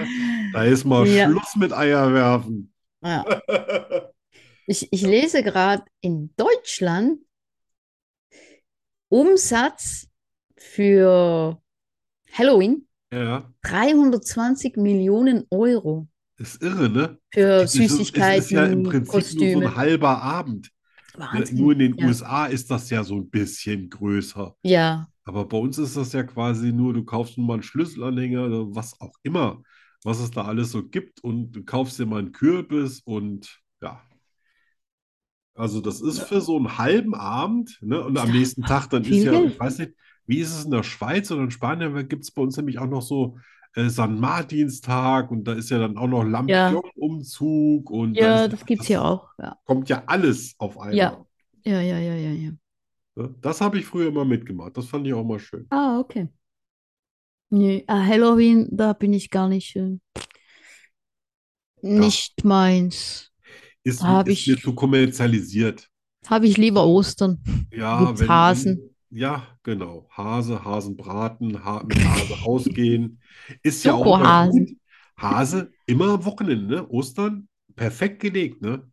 [SPEAKER 2] Da ist mal
[SPEAKER 5] Ja.
[SPEAKER 2] Schluss mit Eierwerfen.
[SPEAKER 5] Ja. Ich, ich lese gerade in Deutschland Umsatz für Halloween
[SPEAKER 2] Ja,
[SPEAKER 5] 320 Millionen Euro
[SPEAKER 2] ist irre, ne?
[SPEAKER 5] für
[SPEAKER 2] Das ist, es ist ja
[SPEAKER 5] Süßigkeiten,
[SPEAKER 2] im Prinzip nur so
[SPEAKER 5] Kostüme.
[SPEAKER 2] ein halber Abend. Ne?
[SPEAKER 5] Wahnsinn.
[SPEAKER 2] Nur in den
[SPEAKER 5] ja.
[SPEAKER 2] USA ist das ja so ein bisschen größer.
[SPEAKER 5] Ja,
[SPEAKER 2] Aber bei uns ist das ja quasi nur, du kaufst nur mal einen Schlüsselanhänger oder was auch immer, was es da alles so gibt und du kaufst dir mal einen Kürbis und ja. Also das ist für so einen halben Abend, ne? Und am nächsten Tag, dann ist
[SPEAKER 5] viel
[SPEAKER 2] ja,
[SPEAKER 5] Geld.
[SPEAKER 2] ich weiß nicht, wie ist es in der Schweiz oder in Spanien, gibt es bei uns nämlich auch noch so äh, San Martinstag und da ist ja dann auch noch Lampion-Umzug und da
[SPEAKER 5] ja,
[SPEAKER 2] ist,
[SPEAKER 5] das gibt's hier auch. Ja,
[SPEAKER 2] kommt ja alles auf einmal.
[SPEAKER 5] Ja. ja, ja, ja, ja. ja.
[SPEAKER 2] Ne? Das habe ich früher immer mitgemacht. Das fand ich auch mal schön.
[SPEAKER 5] Ah, okay. Nee, ah, Halloween, da bin ich gar nicht. Äh, nicht meins.
[SPEAKER 2] Ist,
[SPEAKER 5] Hab
[SPEAKER 2] ist
[SPEAKER 5] ich-
[SPEAKER 2] mir zu kommerzialisiert.
[SPEAKER 5] Habe ich lieber Ostern.
[SPEAKER 2] Ja,
[SPEAKER 5] Gibt's
[SPEAKER 2] wenn,
[SPEAKER 5] Hasen?
[SPEAKER 2] wenn, ja, genau. Hase, Hasenbraten, ha mit Hase ausgehen. Ist ja auch immer
[SPEAKER 5] Schokohasen.
[SPEAKER 2] gut. Hase, immer am Wochenende, ne? Ostern, perfekt gelegt, ne?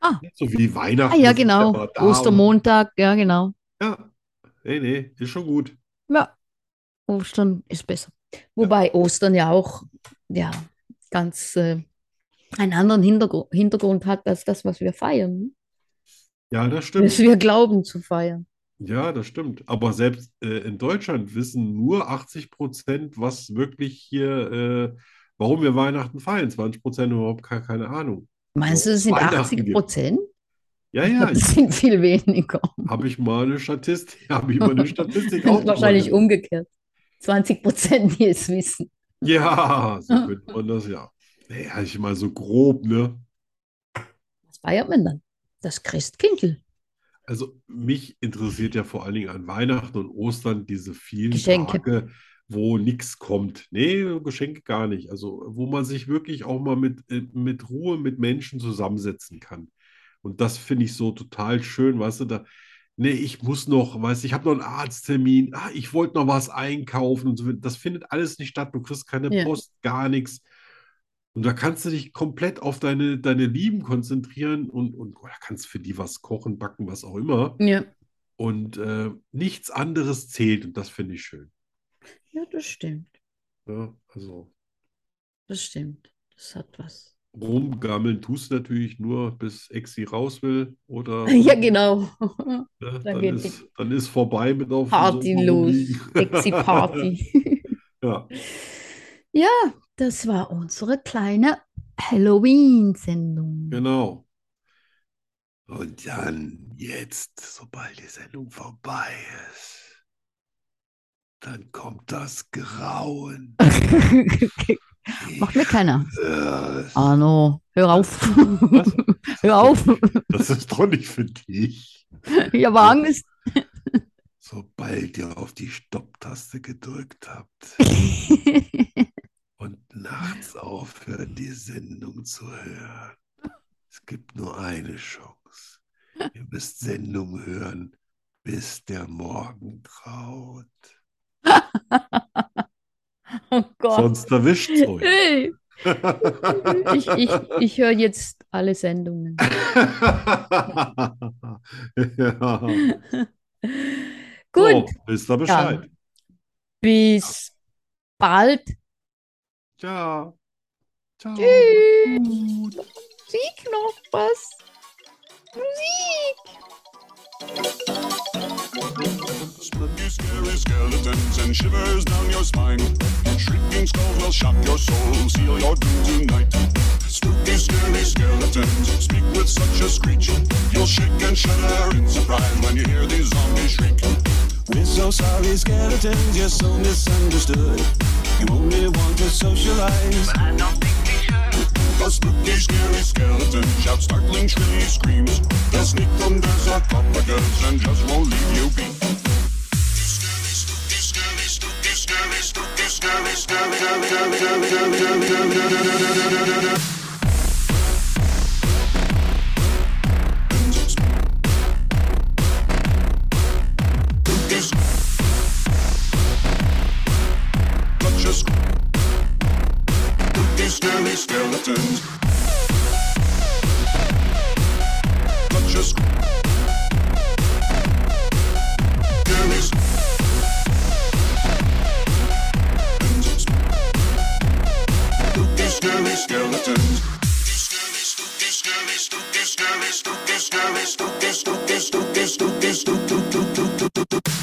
[SPEAKER 5] Ah.
[SPEAKER 2] So wie Weihnachten.
[SPEAKER 5] Ah, ja,
[SPEAKER 2] das ist
[SPEAKER 5] genau.
[SPEAKER 2] immer da und-
[SPEAKER 5] Ostermontag, ja, genau.
[SPEAKER 2] Ja, nee, nee, ist schon gut.
[SPEAKER 5] Ja, Ostern ist besser. Wobei Ostern ja auch ja, ganz äh, einen anderen Hintergr Hintergrund hat als das, was wir feiern,
[SPEAKER 2] Ja, das
[SPEAKER 5] ne? was
[SPEAKER 2] stimmt.
[SPEAKER 5] wir glauben zu feiern.
[SPEAKER 2] Ja, das stimmt. Aber selbst äh, in Deutschland wissen nur 80 Prozent, was wirklich hier, äh, warum wir Weihnachten feiern. 20 Prozent überhaupt keine, keine Ahnung.
[SPEAKER 5] Meinst du, es sind
[SPEAKER 2] Weihnachten
[SPEAKER 5] 80
[SPEAKER 2] gibt's.
[SPEAKER 5] Prozent?
[SPEAKER 2] Ja,
[SPEAKER 5] Ich
[SPEAKER 2] ja,
[SPEAKER 5] glaube, es sind viel weniger.
[SPEAKER 2] habe ich mal eine Statistik, habe ich mal eine Statistik auch
[SPEAKER 5] Wahrscheinlich um-
[SPEAKER 2] drüber
[SPEAKER 5] umgekehrt. 20 Prozent, die es wissen.
[SPEAKER 2] gemacht. Ja, so könnte man das ja. Naja, ich mal so grob, ne?
[SPEAKER 5] Was feiert man dann? Das Christkindl.
[SPEAKER 2] Also mich interessiert ja vor allen Dingen an Weihnachten und Ostern diese vielen
[SPEAKER 5] Geschenke.
[SPEAKER 2] Tage, wo nichts kommt. Nee, Geschenke gar nicht. Also wo man sich wirklich auch mal mit, äh, mit Ruhe mit Menschen zusammensetzen kann. Und das finde ich so total schön, weißt du, da, nee, Ne, ich muss noch, weißt du, ich habe noch einen Arzttermin, ah, ich wollte noch was einkaufen und so. Das findet alles nicht statt. Du kriegst keine
[SPEAKER 5] Ja.
[SPEAKER 2] Post, gar nichts. Und da kannst du dich komplett auf deine, deine Lieben konzentrieren und, und oder kannst für die was kochen, backen, was auch immer.
[SPEAKER 5] Ja.
[SPEAKER 2] Und äh, nichts anderes zählt. Und das finde ich schön.
[SPEAKER 5] Ja, das stimmt.
[SPEAKER 2] Ja, also
[SPEAKER 5] Das stimmt. Das hat was.
[SPEAKER 2] rumgammeln tust du natürlich nur, bis Exi raus will. Oder
[SPEAKER 5] Ja, genau.
[SPEAKER 2] ne,
[SPEAKER 5] dann
[SPEAKER 2] dann,
[SPEAKER 5] geht
[SPEAKER 2] ist, dann ist vorbei mit auf dem
[SPEAKER 5] Party
[SPEAKER 2] Sofa
[SPEAKER 5] los.
[SPEAKER 2] rumliegen.
[SPEAKER 5] Sexy Party.
[SPEAKER 2] Ja,
[SPEAKER 5] Ja, das war unsere kleine Halloween-Sendung.
[SPEAKER 2] genau. Und dann jetzt, sobald die Sendung vorbei ist, dann kommt das Grauen. Genau.
[SPEAKER 5] Macht mir keiner.
[SPEAKER 2] Äh,
[SPEAKER 5] Arno, hör auf.
[SPEAKER 2] Was?
[SPEAKER 5] Hör auf.
[SPEAKER 2] Das ist doch nicht für dich.
[SPEAKER 5] Ich habe Angst.
[SPEAKER 2] Sobald ihr auf die Stopptaste gedrückt habt und nachts aufhört, die Sendung zu hören. Es gibt nur eine Chance. Ihr müsst Sendung hören, bis der Morgen graut.
[SPEAKER 5] Oh Gott.
[SPEAKER 2] Sonst erwischt euch.
[SPEAKER 5] Hey. Ich, ich, ich höre jetzt alle Sendungen.
[SPEAKER 2] ja.
[SPEAKER 5] Gut,
[SPEAKER 2] So, wisst ihr Bescheid.
[SPEAKER 5] bis bald.
[SPEAKER 2] Ciao. Ciao.
[SPEAKER 5] Tschüss.
[SPEAKER 2] Gut.
[SPEAKER 5] Musik noch was. Musik.
[SPEAKER 3] Spooky, scary skeletons and shivers down your spine. Shrieking skull will shock your soul, seal your doom tonight. Spooky, scary skeletons speak with such a screech. You'll shake and shudder in surprise when you hear these zombies shriek.
[SPEAKER 6] We're so sorry, skeletons, you're so misunderstood. You only want to socialize.
[SPEAKER 3] The spooky, scary skeleton shouts startling, shrilly screams. They'll sneak under sarcophagus and just won't leave you be. Such a sc- Spooky, scary skeletons. Such a sc- Scary sc- Spooky, scary skeletons. Spooky, scary, spooky, scary, spooky, scary, spooky, spooky, spooky, spooky, spooky, spooky, spooky.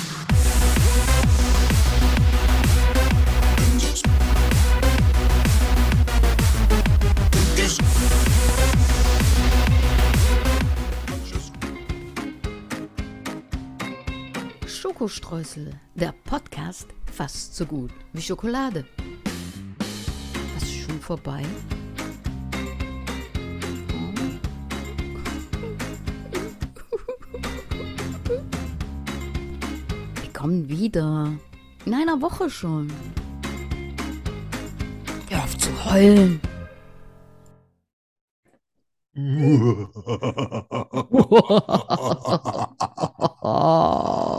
[SPEAKER 1] Schokostreusel, der Podcast fast so gut wie Schokolade. Was ist schon vorbei? Wir kommen wieder. In einer Woche schon. Hör auf zu heulen.
[SPEAKER 5] Oh.